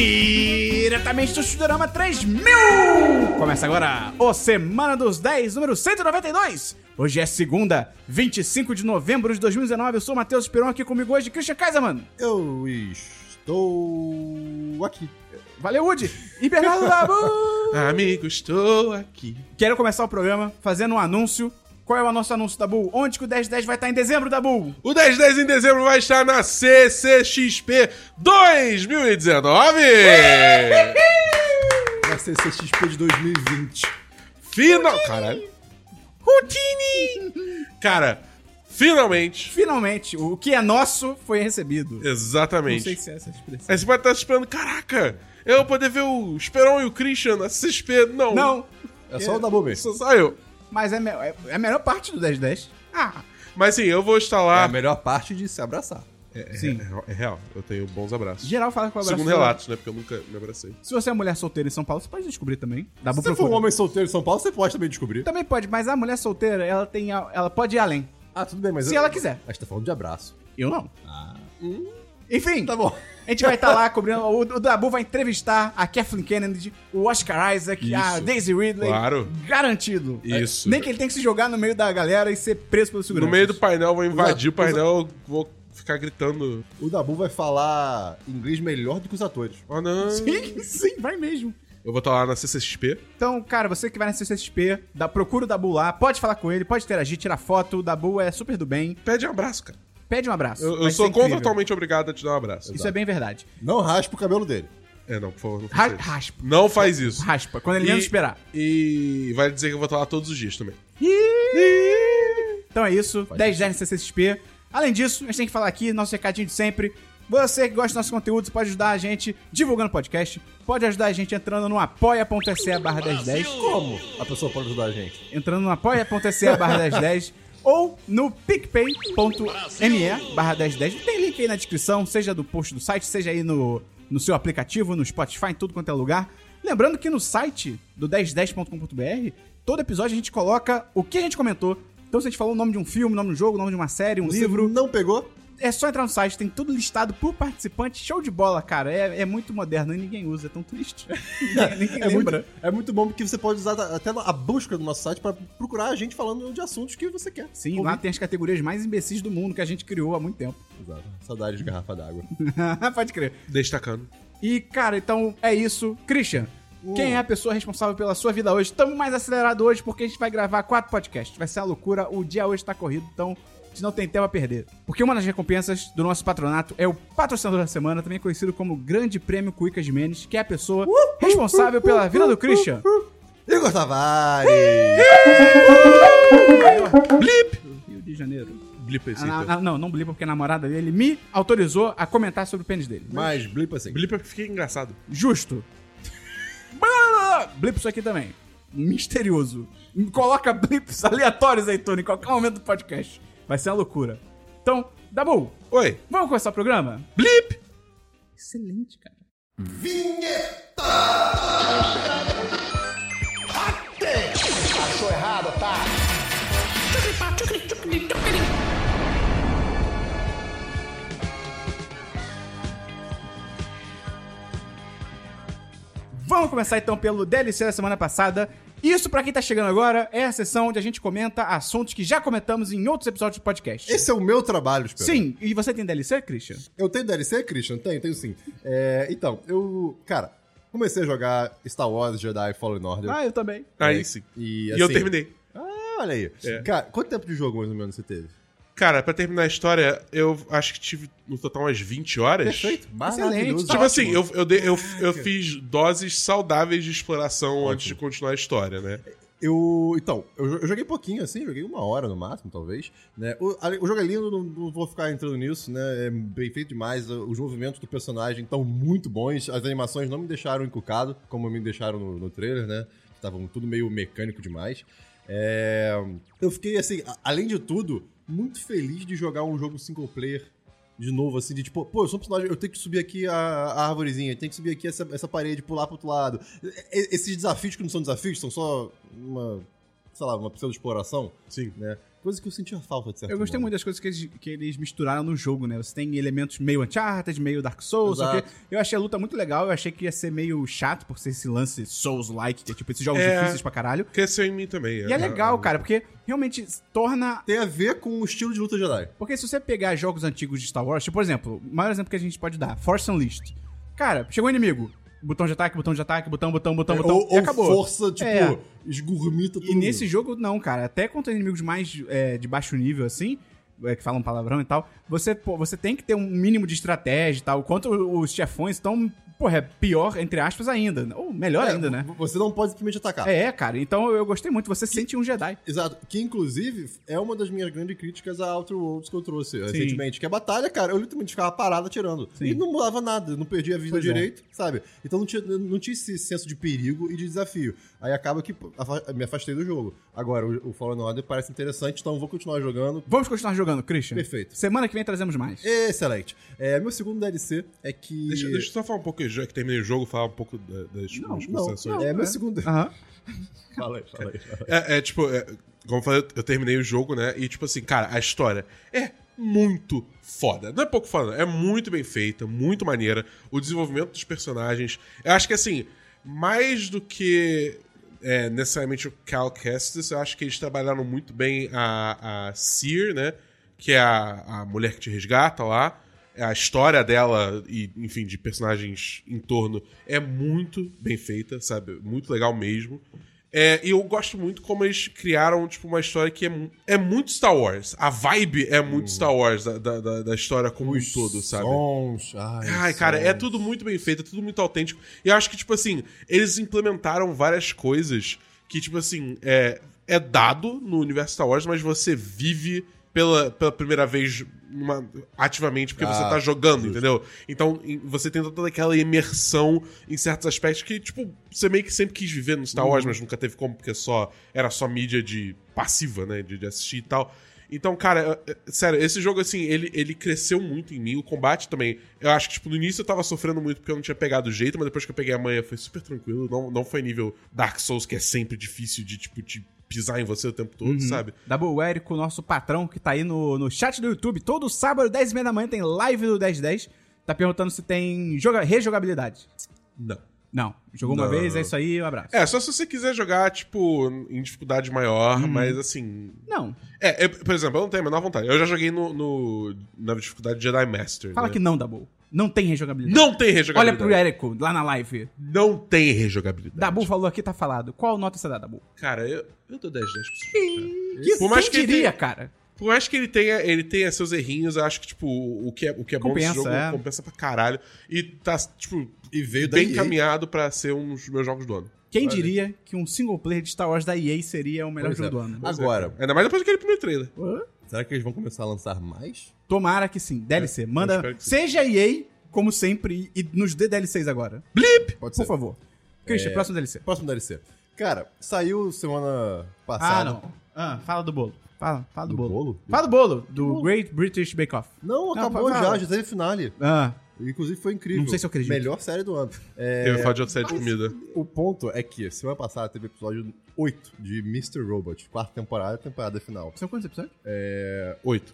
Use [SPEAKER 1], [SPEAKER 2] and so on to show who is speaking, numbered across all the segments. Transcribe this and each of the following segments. [SPEAKER 1] Diretamente do Studorama 3000! Começa agora o Semana dos 10, número 192. Hoje é segunda, 25 de novembro de 2019. Eu sou o Matheus Esperon, aqui comigo hoje, Christian Kaiserman.
[SPEAKER 2] Eu estou aqui.
[SPEAKER 1] Valeu, Woody! E Bernardo Dabu!
[SPEAKER 2] Amigo, estou aqui.
[SPEAKER 1] Quero começar o programa fazendo um anúncio. Qual é o nosso anúncio, Dabu? Onde que o 1010 vai estar em dezembro, Dabu?
[SPEAKER 2] O 1010 em dezembro vai estar na CCXP 2019.
[SPEAKER 3] Na CCXP de 2020.
[SPEAKER 2] Final... Caralho. Routine! Cara, finalmente.
[SPEAKER 1] Finalmente, o que é nosso foi recebido. Não sei
[SPEAKER 2] Exatamente.
[SPEAKER 1] se é essa a expressão.
[SPEAKER 2] Aí você pode estar esperando, caraca, eu vou poder ver o Esperon e o Christian na CCXP. Não.
[SPEAKER 1] Não,
[SPEAKER 3] É só o Dabu mesmo.
[SPEAKER 2] Só, só eu.
[SPEAKER 1] mas é, me- é é a melhor parte do 1010. Ah,
[SPEAKER 2] Mas sim, eu vou estar
[SPEAKER 3] É a
[SPEAKER 2] lá.
[SPEAKER 3] melhor parte de se abraçar.
[SPEAKER 1] sim.
[SPEAKER 2] É, é real, eu tenho bons abraços.
[SPEAKER 1] Geral fala com o abraço.
[SPEAKER 2] Segundo
[SPEAKER 1] dela.
[SPEAKER 2] relatos, né? Porque eu nunca me abracei.
[SPEAKER 1] Se você é mulher solteira em São Paulo, você pode descobrir também. Dá
[SPEAKER 3] Se
[SPEAKER 1] pra
[SPEAKER 3] você for um homem solteiro em São Paulo, você pode também descobrir.
[SPEAKER 1] Também pode, mas a mulher solteira, ela tem a- ela pode ir além.
[SPEAKER 3] Ah, tudo bem, mas.
[SPEAKER 1] Se
[SPEAKER 3] eu-
[SPEAKER 1] ela quiser.
[SPEAKER 3] A gente tá falando de abraço.
[SPEAKER 1] Eu não.
[SPEAKER 2] Ah.
[SPEAKER 1] Enfim,
[SPEAKER 3] Tá bom.
[SPEAKER 1] a gente vai estar lá cobrindo. O, o Dabu vai entrevistar a Kathleen Kennedy, o Oscar Isaac, a
[SPEAKER 2] Isso.
[SPEAKER 1] Daisy Ridley.
[SPEAKER 2] Claro.
[SPEAKER 1] Garantido.
[SPEAKER 2] Isso.
[SPEAKER 1] Nem que ele tenha que se jogar no meio da galera e ser preso pelo segurança.
[SPEAKER 2] No meio do painel, vou invadir
[SPEAKER 3] Os
[SPEAKER 2] o painel, vou ficar gritando.
[SPEAKER 3] O Dabu vai falar inglês melhor do que os atores.
[SPEAKER 2] Oh, não.
[SPEAKER 1] Sim, sim, vai mesmo.
[SPEAKER 2] Eu vou estar lá na CCXP.
[SPEAKER 1] Então, cara, você que vai na CCXP, dá, procura o Dabu lá, pode falar com ele, pode interagir, tirar foto. O Dabu é super do bem.
[SPEAKER 2] Pede um abraço, cara.
[SPEAKER 1] Pede um abraço.
[SPEAKER 2] Eu, eu
[SPEAKER 1] vai ser
[SPEAKER 2] sou
[SPEAKER 1] incrível.
[SPEAKER 2] contratualmente obrigado a te dar um abraço.
[SPEAKER 1] Isso é bem verdade.
[SPEAKER 3] Não raspa o cabelo dele.
[SPEAKER 2] É, não, por favor, não
[SPEAKER 1] Ra-
[SPEAKER 2] faz isso.
[SPEAKER 1] raspa.
[SPEAKER 2] Não faz isso.
[SPEAKER 1] Raspa. Quando ele menos esperar.
[SPEAKER 2] E vai dizer que eu vou estar lá todos os dias também.
[SPEAKER 1] Então é isso. 10 10 CCXP. Além disso, a gente tem que falar aqui, nosso recadinho de sempre. Você que gosta do nosso conteúdo, você pode ajudar a gente divulgando o podcast. Pode ajudar a gente entrando no apoia.se barra 1010.
[SPEAKER 3] Como a pessoa pode ajudar a gente?
[SPEAKER 1] Entrando no apoia.se barra 1010. Ou no picpay.me barra 1010. Tem link aí na descrição, seja do post do site, seja aí no, no seu aplicativo, no Spotify, em tudo quanto é lugar. Lembrando que no site do 1010.com.br, todo episódio a gente coloca o que a gente comentou. Então, se a gente falou o nome de um filme, o nome de um jogo, o nome de uma série, um
[SPEAKER 3] Você
[SPEAKER 1] livro,
[SPEAKER 3] não pegou?
[SPEAKER 1] é só entrar no site, tem tudo listado por participante. Show de bola, cara. É, é muito moderno e ninguém usa, é tão triste. ninguém ninguém
[SPEAKER 3] É muito,
[SPEAKER 1] lembra.
[SPEAKER 3] é muito bom porque você pode usar até a busca do nosso site pra procurar a gente falando de assuntos que você quer.
[SPEAKER 1] Sim,
[SPEAKER 3] Ouvir.
[SPEAKER 1] lá tem as categorias mais imbecis do mundo que a gente criou há muito tempo.
[SPEAKER 3] Exato. Saudade de garrafa d'água.
[SPEAKER 1] Pode crer.
[SPEAKER 2] Destacando.
[SPEAKER 1] E, cara, então é isso. Christian, quem é a pessoa responsável pela sua vida hoje? Estamos mais acelerado hoje porque a gente vai gravar quatro podcasts. Vai ser uma loucura. O dia hoje tá corrido, então a gente não tem tempo a perder. Porque uma das recompensas do nosso patronato é o patrocinador da semana, também conhecido como Grande Prêmio Cuicas de Menes, que é a pessoa responsável pela vida do Christian.
[SPEAKER 3] Igor Tavares!
[SPEAKER 1] uh. Rio de Janeiro.
[SPEAKER 2] Blipa esse.
[SPEAKER 1] Ah, na-
[SPEAKER 2] então.
[SPEAKER 1] na- não, não blipa, porque a namorada dele me autorizou a comentar sobre o pênis dele.
[SPEAKER 3] Mas blipa assim.
[SPEAKER 2] Blipa é fica engraçado.
[SPEAKER 1] Justo. blips aqui também. Misterioso. Coloca blips aleatórios aí, Tony, em qualquer momento do podcast. Vai ser uma loucura. Então, Dabu,
[SPEAKER 2] Oi.
[SPEAKER 1] vamos começar o programa?
[SPEAKER 2] Blip!
[SPEAKER 1] Excelente, cara. Vamos começar então pelo DLC da semana passada. Isso, pra quem tá chegando agora, é a sessão onde a gente comenta assuntos que já comentamos em outros episódios do podcast.
[SPEAKER 3] Esse é o meu trabalho, espero.
[SPEAKER 1] Sim, e você tem DLC, Christian?
[SPEAKER 3] Eu tenho DLC, Christian? Tenho, tenho sim. É, então, eu. Cara, comecei a jogar Star Wars Jedi Fallen Order.
[SPEAKER 1] Ah, eu também.
[SPEAKER 2] Aí sim.
[SPEAKER 3] E,
[SPEAKER 2] Ah, E
[SPEAKER 3] assim-
[SPEAKER 2] eu terminei.
[SPEAKER 3] Ah, olha aí.
[SPEAKER 2] É.
[SPEAKER 3] Cara, quanto tempo de jogo mais ou menos você teve?
[SPEAKER 2] Cara, pra terminar a história, eu acho que tive no total umas 20 horas.
[SPEAKER 3] Maravilhoso.
[SPEAKER 1] Tá
[SPEAKER 2] Tipo assim, eu, eu, dei- eu, eu fiz doses saudáveis de exploração antes de continuar a história, né?
[SPEAKER 3] Eu. Então, eu, jo- eu joguei pouquinho, assim, joguei uma hora no máximo, talvez. Né? O, ali- o jogo é lindo, não, não vou ficar entrando nisso, né? É bem feito demais. Os movimentos do personagem estão muito bons. As animações não me deixaram encucado, como me deixaram no, no trailer, né? Estavam tudo meio mecânico demais. É, Eu fiquei, assim, a- além de tudo, muito feliz de jogar um jogo single player de novo, assim, de tipo, pô, eu sou um personagem, eu tenho que subir aqui a, a árvorezinha, eu tenho que subir aqui essa, essa parede, pular pro outro lado. E- e- esses desafios que não são desafios, são só uma, sei lá, uma pseudo-exploração,
[SPEAKER 2] Sim.
[SPEAKER 3] né? Coisa que eu sentia falta de certo
[SPEAKER 1] Eu gostei
[SPEAKER 3] modo.
[SPEAKER 1] muito das coisas que eles, que eles misturaram no jogo, né? Você tem elementos meio Uncharted, meio Dark Souls,
[SPEAKER 3] Exato.
[SPEAKER 1] sei o quê. Eu achei a luta muito legal, eu achei que ia ser meio chato por ser esse lance Souls-like, que é tipo esses jogos
[SPEAKER 2] É.
[SPEAKER 1] difíceis pra caralho.
[SPEAKER 2] Cresceu em mim também. Ah,
[SPEAKER 1] E é legal, cara, porque realmente torna.
[SPEAKER 3] Tem a ver com o estilo de luta Jedi.
[SPEAKER 1] Porque se você pegar jogos antigos de Star Wars, tipo, por exemplo, o maior exemplo que a gente pode dar, Force Unleashed. Cara, chegou um inimigo. Botão de ataque, botão de ataque, botão, botão, botão, botão.
[SPEAKER 3] É, ou,
[SPEAKER 1] e
[SPEAKER 3] ou
[SPEAKER 1] acabou.
[SPEAKER 3] força, tipo,
[SPEAKER 1] É.
[SPEAKER 3] esgurmita todo
[SPEAKER 1] E nesse
[SPEAKER 3] mundo.
[SPEAKER 1] jogo, não, cara. Até contra inimigos mais é, de baixo nível, assim, é, que falam palavrão e tal, você, pô, você tem que ter um mínimo de estratégia e tal. Quanto os chefões estão, porra, é pior, entre aspas, ainda. Ou melhor
[SPEAKER 3] É,
[SPEAKER 1] ainda, né?
[SPEAKER 3] v- Você não pode simplesmente atacar.
[SPEAKER 1] É, cara. Então eu gostei muito. Você sente um Jedi.
[SPEAKER 3] Exato. Que, inclusive, é uma das minhas grandes críticas a Outer Worlds que eu trouxe recentemente. Que a batalha, cara, eu literalmente ficava parado atirando.
[SPEAKER 1] Sim.
[SPEAKER 3] E não mudava nada, não perdia a vida
[SPEAKER 1] Pois é.
[SPEAKER 3] direito, sabe? Então não tinha, não tinha esse senso de perigo e de desafio. Aí acaba que pô, afa- me afastei do jogo. Agora, o, o Fallen Order parece interessante, então eu vou continuar jogando.
[SPEAKER 1] Vamos continuar jogando, Christian.
[SPEAKER 3] Perfeito.
[SPEAKER 1] Semana que vem trazemos mais.
[SPEAKER 3] Excelente. É, meu segundo DLC é que...
[SPEAKER 2] Deixa, deixa eu só falar um pouco, já que terminei o jogo, falar um pouco da- das
[SPEAKER 3] Não,
[SPEAKER 2] das
[SPEAKER 3] não,
[SPEAKER 2] considerações.
[SPEAKER 3] é meu
[SPEAKER 1] né?
[SPEAKER 3] segundo...
[SPEAKER 1] Aham.
[SPEAKER 3] Fala aí, fala aí.
[SPEAKER 2] É, é, tipo, é, como eu falei, eu terminei o jogo, né? E tipo assim, cara, a história é muito foda. Não é pouco foda, não. é muito bem feita, muito maneira. O desenvolvimento dos personagens. Eu acho que assim, mais do que é, necessariamente o Cal Kestis, eu acho que eles trabalharam muito bem a, a Seer, né? Que é a, a mulher que te resgata lá. A história dela e, enfim, de personagens em torno é muito bem feita, sabe? Muito legal mesmo. É, e eu gosto muito como eles criaram, tipo, uma história que é, mu- é muito Star Wars. A vibe é muito Star Wars da, da, da- da história como um todo, sabe?
[SPEAKER 3] Hum. Sons, ai,
[SPEAKER 2] Ai, cara, é tudo muito bem feito, é tudo muito autêntico. E eu acho que, tipo assim, eles implementaram várias coisas que, tipo assim, é, é dado no universo Star Wars, mas você vive pela, pela primeira vez numa- ativamente, porque você
[SPEAKER 3] Ah,
[SPEAKER 2] tá jogando, entendeu? Então em- você tem toda aquela imersão em certos aspectos que, tipo, você meio que sempre quis viver no Star Wars, mas nunca teve como, porque só era só mídia de passiva, né? De, de assistir e tal. Então, cara, eu- eu- sério, esse jogo, assim, ele, ele cresceu muito em mim. O combate também. Eu acho que, tipo, no início eu tava sofrendo muito porque eu não tinha pegado o jeito, mas depois que eu peguei a manha foi super tranquilo. Não, não foi nível Dark Souls, que é sempre difícil de, tipo, te pisar em você o tempo todo, sabe?
[SPEAKER 1] Double Érico, nosso patrão, que tá aí no, no chat do YouTube. Todo sábado, 10h30 da manhã, tem live do 1010. Tá perguntando se tem joga- rejogabilidade.
[SPEAKER 2] Não.
[SPEAKER 1] Não. Jogou uma
[SPEAKER 2] Não.
[SPEAKER 1] vez, é isso aí, um abraço.
[SPEAKER 2] É, só se você quiser jogar, tipo, em dificuldade maior, mas assim.
[SPEAKER 1] Não.
[SPEAKER 2] É, eu- por exemplo, eu não tenho a menor vontade. Eu já joguei no, no- na dificuldade Jedi Master.
[SPEAKER 1] Fala
[SPEAKER 2] né?
[SPEAKER 1] que não, Dabu. Não tem rejogabilidade.
[SPEAKER 2] Não tem
[SPEAKER 1] Olha
[SPEAKER 2] rejogabilidade.
[SPEAKER 1] pro Érico, lá na live.
[SPEAKER 2] Não tem rejogabilidade.
[SPEAKER 1] Dabu falou aqui, tá falado. Qual nota você dá, Dabu?
[SPEAKER 2] Cara, eu, eu dou 10 10 pra
[SPEAKER 1] Que,
[SPEAKER 2] Por mais que
[SPEAKER 1] quem
[SPEAKER 2] ele
[SPEAKER 1] diria,
[SPEAKER 2] tenha-
[SPEAKER 1] cara?
[SPEAKER 2] Por mais que ele tenha, ele tenha seus errinhos, eu acho que, tipo, o que é, o que é bom desse
[SPEAKER 1] Compensa,
[SPEAKER 2] jogo
[SPEAKER 1] é.
[SPEAKER 2] compensa pra caralho. E tá, tipo,
[SPEAKER 3] E veio da
[SPEAKER 2] bem
[SPEAKER 3] EA.
[SPEAKER 2] caminhado pra ser um dos meus jogos do ano.
[SPEAKER 1] Quem diria que um single player de Star Wars da EA seria o melhor
[SPEAKER 3] Pois
[SPEAKER 1] jogo
[SPEAKER 3] é.
[SPEAKER 1] do ano?
[SPEAKER 3] Pois Agora,
[SPEAKER 2] Ainda mais depois daquele primeiro trailer.
[SPEAKER 3] será que eles vão começar a lançar mais?
[SPEAKER 1] Tomara que sim. DLC. Manda.
[SPEAKER 2] espero que sim.
[SPEAKER 1] Seja EA, como sempre, e e nos dê DLCs agora.
[SPEAKER 3] Pode
[SPEAKER 1] Por favor. Christian, próximo DLC.
[SPEAKER 3] Próximo DLC. Cara, saiu semana
[SPEAKER 1] Ah,
[SPEAKER 3] passada.
[SPEAKER 1] não. Ah, fala do bolo. Fala, fala do,
[SPEAKER 3] Do
[SPEAKER 1] bolo.
[SPEAKER 3] bolo?
[SPEAKER 1] Fala do bolo, do Great British Bake Off.
[SPEAKER 3] Não, acabou
[SPEAKER 1] fala.
[SPEAKER 3] já, já teve finale.
[SPEAKER 1] Ah,
[SPEAKER 3] Inclusive foi incrível.
[SPEAKER 1] Não sei se eu acredito.
[SPEAKER 3] Melhor série do ano. É,
[SPEAKER 2] Teve foto de outra série de comida.
[SPEAKER 3] o ponto é que semana passada teve episódio 8 de Mr. Robot, quarta temporada, temporada final.
[SPEAKER 1] são quantos episódios?
[SPEAKER 2] É, Oito.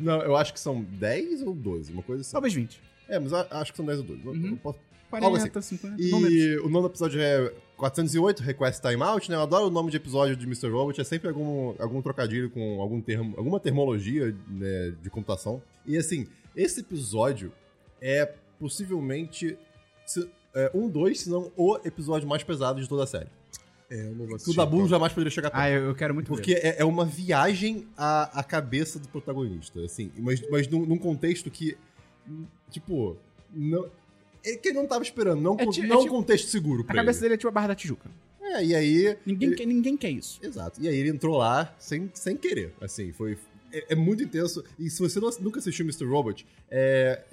[SPEAKER 3] Não, eu acho que são 10 ou 12, uma coisa assim.
[SPEAKER 1] Talvez 20.
[SPEAKER 3] É, mas eu acho que são 10 ou 12. Eu-
[SPEAKER 1] Uhum.
[SPEAKER 3] eu posso-
[SPEAKER 1] 40, 50,
[SPEAKER 3] E
[SPEAKER 1] números.
[SPEAKER 3] o nono episódio é 408, Request Timeout, né? Eu adoro o nome de episódio de Mr. Robot, é sempre algum, algum trocadilho com algum termo, alguma termologia né, de computação. E assim, esse episódio é possivelmente se- é, um, dois, se não o episódio mais pesado de toda a série.
[SPEAKER 2] É, eu não vou
[SPEAKER 3] Que o Dabu jamais poderia chegar perto.
[SPEAKER 1] Ah, eu, eu quero muito ver.
[SPEAKER 3] Porque é, é uma viagem à, à cabeça do protagonista, assim, mas, mas num, num contexto que, tipo, não, é que ele não tava esperando, não,
[SPEAKER 1] É
[SPEAKER 3] con-
[SPEAKER 1] ti- é
[SPEAKER 3] não um
[SPEAKER 1] tipo-
[SPEAKER 3] contexto seguro pra
[SPEAKER 1] A
[SPEAKER 3] ele.
[SPEAKER 1] cabeça dele é tipo a Barra da Tijuca.
[SPEAKER 3] É, e aí.
[SPEAKER 1] Ninguém, quer, ninguém quer isso.
[SPEAKER 3] Exato. E aí ele entrou lá sem, sem querer. Assim, foi. É, é muito intenso. E se você não- nunca assistiu Mr. Robot é,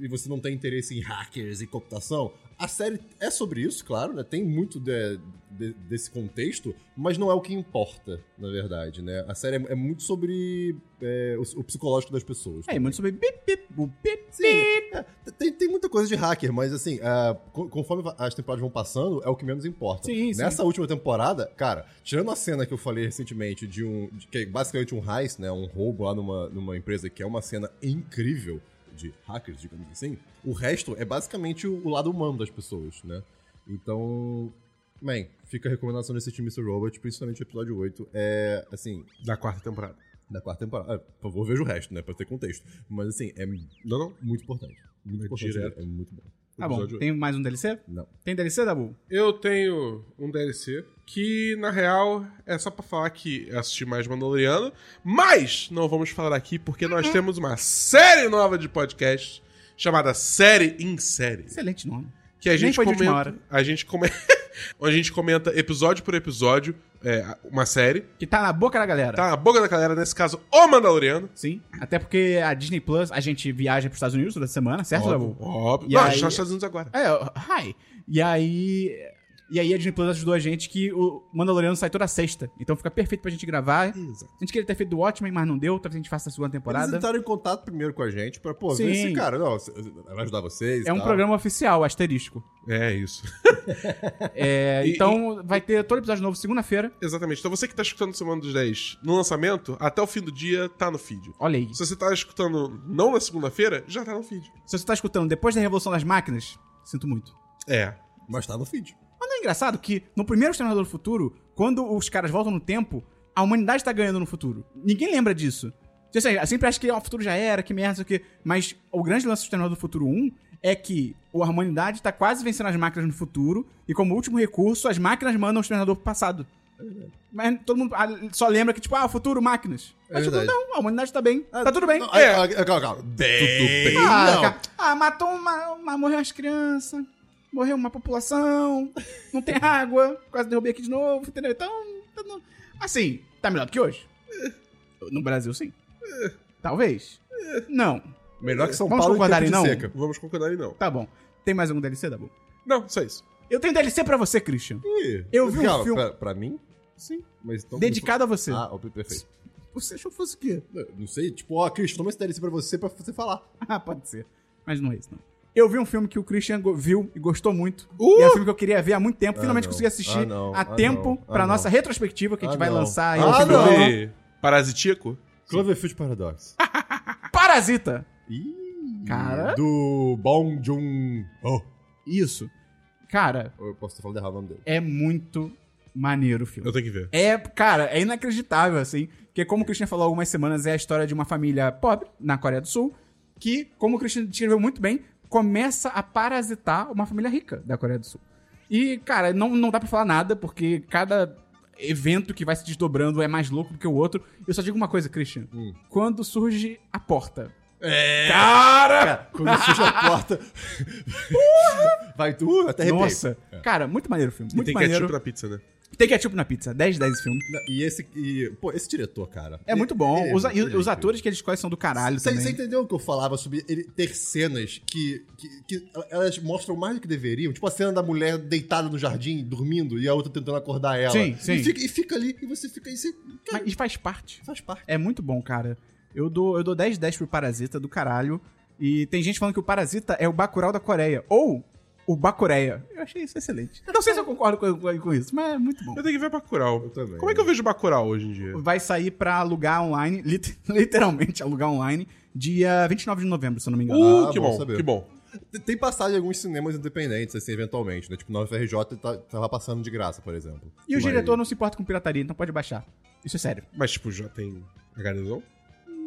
[SPEAKER 3] e você não tem interesse em hackers e computação, A série é sobre isso, claro, né? Tem muito de- de- desse contexto, mas não é o que importa, na verdade, né? A série é, é muito sobre é, o, o psicológico das pessoas. né?
[SPEAKER 1] É, e muito sobre bip, bip, o bip.
[SPEAKER 3] Sim, é, tem, tem muita coisa de hacker, mas assim, ah, co- conforme va- as temporadas vão passando, é o que menos importa.
[SPEAKER 1] Sim, sim.
[SPEAKER 3] Nessa última temporada, cara, tirando a cena que eu falei recentemente de um. de- que é basicamente um heist, né? Um roubo lá numa, numa empresa, que é uma cena incrível de hackers, digamos assim, o resto é basicamente o, o lado humano das pessoas, né? Então. Bem, fica a recomendação desse time Mr. Robot, principalmente o episódio 8. É, assim,
[SPEAKER 2] Da quarta temporada.
[SPEAKER 3] da quarta temporada. Ah, por favor, veja o resto, né? Pra ter contexto. Mas, assim, é
[SPEAKER 2] Não, não.
[SPEAKER 3] muito importante. Muito
[SPEAKER 2] É
[SPEAKER 3] importante.
[SPEAKER 2] direto.
[SPEAKER 3] É muito bom.
[SPEAKER 1] Tá bom,
[SPEAKER 2] Episódio
[SPEAKER 1] tem mais um DLC?
[SPEAKER 3] Não.
[SPEAKER 1] Tem DLC, Dabu?
[SPEAKER 2] Eu tenho um DLC que, na real, é só pra falar que eu assisti mais Mandaloriano, mas não vamos falar aqui porque
[SPEAKER 1] Uhum.
[SPEAKER 2] nós temos uma série nova de podcast chamada Série em Série.
[SPEAKER 1] Excelente nome.
[SPEAKER 2] Que a
[SPEAKER 1] Nem
[SPEAKER 2] gente
[SPEAKER 1] foi de
[SPEAKER 2] comenta,
[SPEAKER 1] última hora.
[SPEAKER 2] A gente, come... a gente comenta episódio por episódio, é, uma série.
[SPEAKER 1] Que tá na boca da galera.
[SPEAKER 2] Tá na boca da galera, nesse caso, o Mandaloriano.
[SPEAKER 1] Sim. Até porque a Disney Plus, a gente viaja pros Estados Unidos toda semana, certo, Dabu?
[SPEAKER 2] Óbvio, óbvio.
[SPEAKER 1] E
[SPEAKER 2] Não,
[SPEAKER 1] aí-
[SPEAKER 2] a gente tá nos Estados Unidos agora.
[SPEAKER 1] É, ó, hi. E aí. E aí a Disney Plus ajudou a gente que o Mandaloriano sai toda sexta. Então fica perfeito pra gente gravar.
[SPEAKER 2] Exato.
[SPEAKER 1] A gente queria ter feito do Watchmen, mas não deu. Talvez a gente faça a segunda
[SPEAKER 3] Eles
[SPEAKER 1] temporada.
[SPEAKER 3] entraram em contato primeiro com a gente pra, pô,
[SPEAKER 1] Sim.
[SPEAKER 3] ver se, cara, não, se- vai ajudar vocês. e
[SPEAKER 1] É um
[SPEAKER 3] tal.
[SPEAKER 1] programa oficial, asterisco.
[SPEAKER 2] É isso.
[SPEAKER 1] É,
[SPEAKER 2] E-
[SPEAKER 1] então vai ter todo episódio novo segunda-feira.
[SPEAKER 2] Exatamente. Então você que tá escutando Semana dos 10 no lançamento, até o fim do dia tá no feed.
[SPEAKER 1] Olha aí.
[SPEAKER 2] Se você tá escutando não na segunda-feira, já tá no feed.
[SPEAKER 1] Se você tá escutando depois da Revolução das Máquinas, sinto muito.
[SPEAKER 2] É.
[SPEAKER 3] Mas tá no feed.
[SPEAKER 1] Mas não é engraçado que no primeiro Exterminador do Futuro, quando os caras voltam no tempo, a humanidade tá ganhando no futuro. Ninguém lembra disso. Ou seja, sempre acha que ó, o futuro já era, que merda, não sei o quê. Mas o grande lance do Exterminador do Futuro 1 é que a humanidade tá quase vencendo as máquinas no futuro, e como último recurso, as máquinas mandam o Exterminador pro passado.
[SPEAKER 3] É
[SPEAKER 1] Mas todo mundo ah, só lembra que, tipo, ah, futuro, máquinas.
[SPEAKER 3] É
[SPEAKER 1] Mas, tipo,
[SPEAKER 3] verdade.
[SPEAKER 1] não, a humanidade tá bem. tá tudo bem.
[SPEAKER 3] Não,
[SPEAKER 2] É.
[SPEAKER 3] ah, ah, calma, calma. Bem,
[SPEAKER 1] Ah,
[SPEAKER 3] não.
[SPEAKER 1] cara. Ah, matou uma, uma- Morreu as crianças. Morreu uma população. Não tem água. Quase derrubei aqui de novo, entendeu? Então. tá no- Assim, tá melhor do que hoje? No Brasil, sim. Talvez. Não.
[SPEAKER 3] Melhor que São
[SPEAKER 1] Vamos
[SPEAKER 3] Paulo em
[SPEAKER 1] concordar
[SPEAKER 3] tempo de
[SPEAKER 1] em não?
[SPEAKER 3] seca.
[SPEAKER 2] Vamos concordar aí, É. não.
[SPEAKER 1] Tá bom. Tem mais algum DLC, Dabu?
[SPEAKER 2] Não, só isso.
[SPEAKER 1] Eu tenho DLC pra você, Christian.
[SPEAKER 3] Ih,
[SPEAKER 1] Eu vi um
[SPEAKER 3] calma,
[SPEAKER 1] filme-
[SPEAKER 3] Pra, pra mim?
[SPEAKER 1] Sim.
[SPEAKER 3] Mas então-
[SPEAKER 1] Dedicado a você.
[SPEAKER 3] Ah, ó, perfeito.
[SPEAKER 1] Você achou que fosse o quê?
[SPEAKER 3] Não, Não sei, tipo, ó, Cristo, toma esse DLC pra você, pra você falar.
[SPEAKER 1] Ah, pode ser. Mas não é isso, não. Eu vi um filme que o Christian go- viu e gostou muito.
[SPEAKER 2] Uh!
[SPEAKER 1] E é um filme que eu queria ver há muito tempo.
[SPEAKER 3] Ah,
[SPEAKER 1] Finalmente
[SPEAKER 3] não.
[SPEAKER 1] consegui assistir
[SPEAKER 3] Ah, não.
[SPEAKER 1] a
[SPEAKER 3] Ah,
[SPEAKER 1] tempo
[SPEAKER 3] não. Ah,
[SPEAKER 1] pra
[SPEAKER 3] não.
[SPEAKER 1] nossa retrospectiva que a gente
[SPEAKER 3] Ah,
[SPEAKER 1] vai
[SPEAKER 3] não.
[SPEAKER 1] lançar aí.
[SPEAKER 3] Ah,
[SPEAKER 1] no
[SPEAKER 3] não.
[SPEAKER 1] final do ano.
[SPEAKER 2] Filme um Parasitico?
[SPEAKER 3] Cloverfield Paradox.
[SPEAKER 1] Parasita!
[SPEAKER 3] Ih,
[SPEAKER 1] Ah! Cara.
[SPEAKER 3] Do Bong Joon... Oh,
[SPEAKER 1] Isso. Cara,
[SPEAKER 3] eu posso ter falado errado o nome dele.
[SPEAKER 1] é muito maneiro o filme.
[SPEAKER 2] Eu tenho que ver.
[SPEAKER 1] É, cara, é inacreditável, assim. Porque, como o Christian falou há algumas semanas, é a história de uma família pobre na Coreia do Sul que, como o Christian descreveu muito bem, começa a parasitar uma família rica da Coreia do Sul. E, cara, não, não dá pra falar nada, porque cada evento que vai se desdobrando é mais louco do que o outro. Eu só digo uma coisa, Christian.
[SPEAKER 3] Hum.
[SPEAKER 1] Quando surge a porta.
[SPEAKER 3] É...
[SPEAKER 1] Cara!
[SPEAKER 3] Cara, quando surge a porta. Vai tu, até arrepio.
[SPEAKER 1] Nossa! Cara, muito maneiro o filme.
[SPEAKER 2] É. E
[SPEAKER 1] Muito
[SPEAKER 2] tem
[SPEAKER 1] maneiro.
[SPEAKER 2] ketchup na pizza, né?
[SPEAKER 1] Tem ketchup na pizza. 10 10 esse filme.
[SPEAKER 3] Não, E esse. E, pô, esse diretor, cara.
[SPEAKER 1] É muito bom.
[SPEAKER 3] Ele-
[SPEAKER 1] Os,
[SPEAKER 3] ele-
[SPEAKER 1] e os atores que eles escolhem são do caralho
[SPEAKER 3] Você
[SPEAKER 1] também.
[SPEAKER 3] você entendeu o que eu falava sobre ele ter cenas que, que, que elas mostram mais do que deveriam? Tipo a cena da mulher deitada no jardim, dormindo, e a outra tentando acordar ela.
[SPEAKER 1] Sim, sim.
[SPEAKER 3] E fica, e fica ali, e você fica aí, você.
[SPEAKER 1] Mas,
[SPEAKER 3] Cara,
[SPEAKER 1] e faz parte.
[SPEAKER 3] faz parte.
[SPEAKER 1] É muito bom, cara. Eu dou, eu dou 10 10 pro Parasita do caralho. E tem gente falando que o Parasita é o Bacurau da Coreia. Ou o Bacoreia. Eu achei isso excelente. Não sei se eu concordo com, com- com isso, mas é muito bom.
[SPEAKER 2] Eu tenho que ver Bacurau.
[SPEAKER 3] Eu também.
[SPEAKER 2] Como é que eu vejo Bacurau hoje em dia?
[SPEAKER 1] Vai sair pra alugar online, lit- literalmente alugar online, dia 29 de novembro, se eu não me engano.
[SPEAKER 2] Uh,
[SPEAKER 3] Ah,
[SPEAKER 2] que
[SPEAKER 3] bom
[SPEAKER 2] bom,
[SPEAKER 3] saber.
[SPEAKER 2] que bom.
[SPEAKER 3] Tem- Tem passado em alguns cinemas independentes, assim, eventualmente, né? Tipo, na UFRJ tá- tava passando de graça, por exemplo.
[SPEAKER 1] E o
[SPEAKER 3] Mas-
[SPEAKER 1] diretor não se importa com pirataria, então pode baixar. Isso é sério.
[SPEAKER 2] Mas, tipo, já tem a garnisão?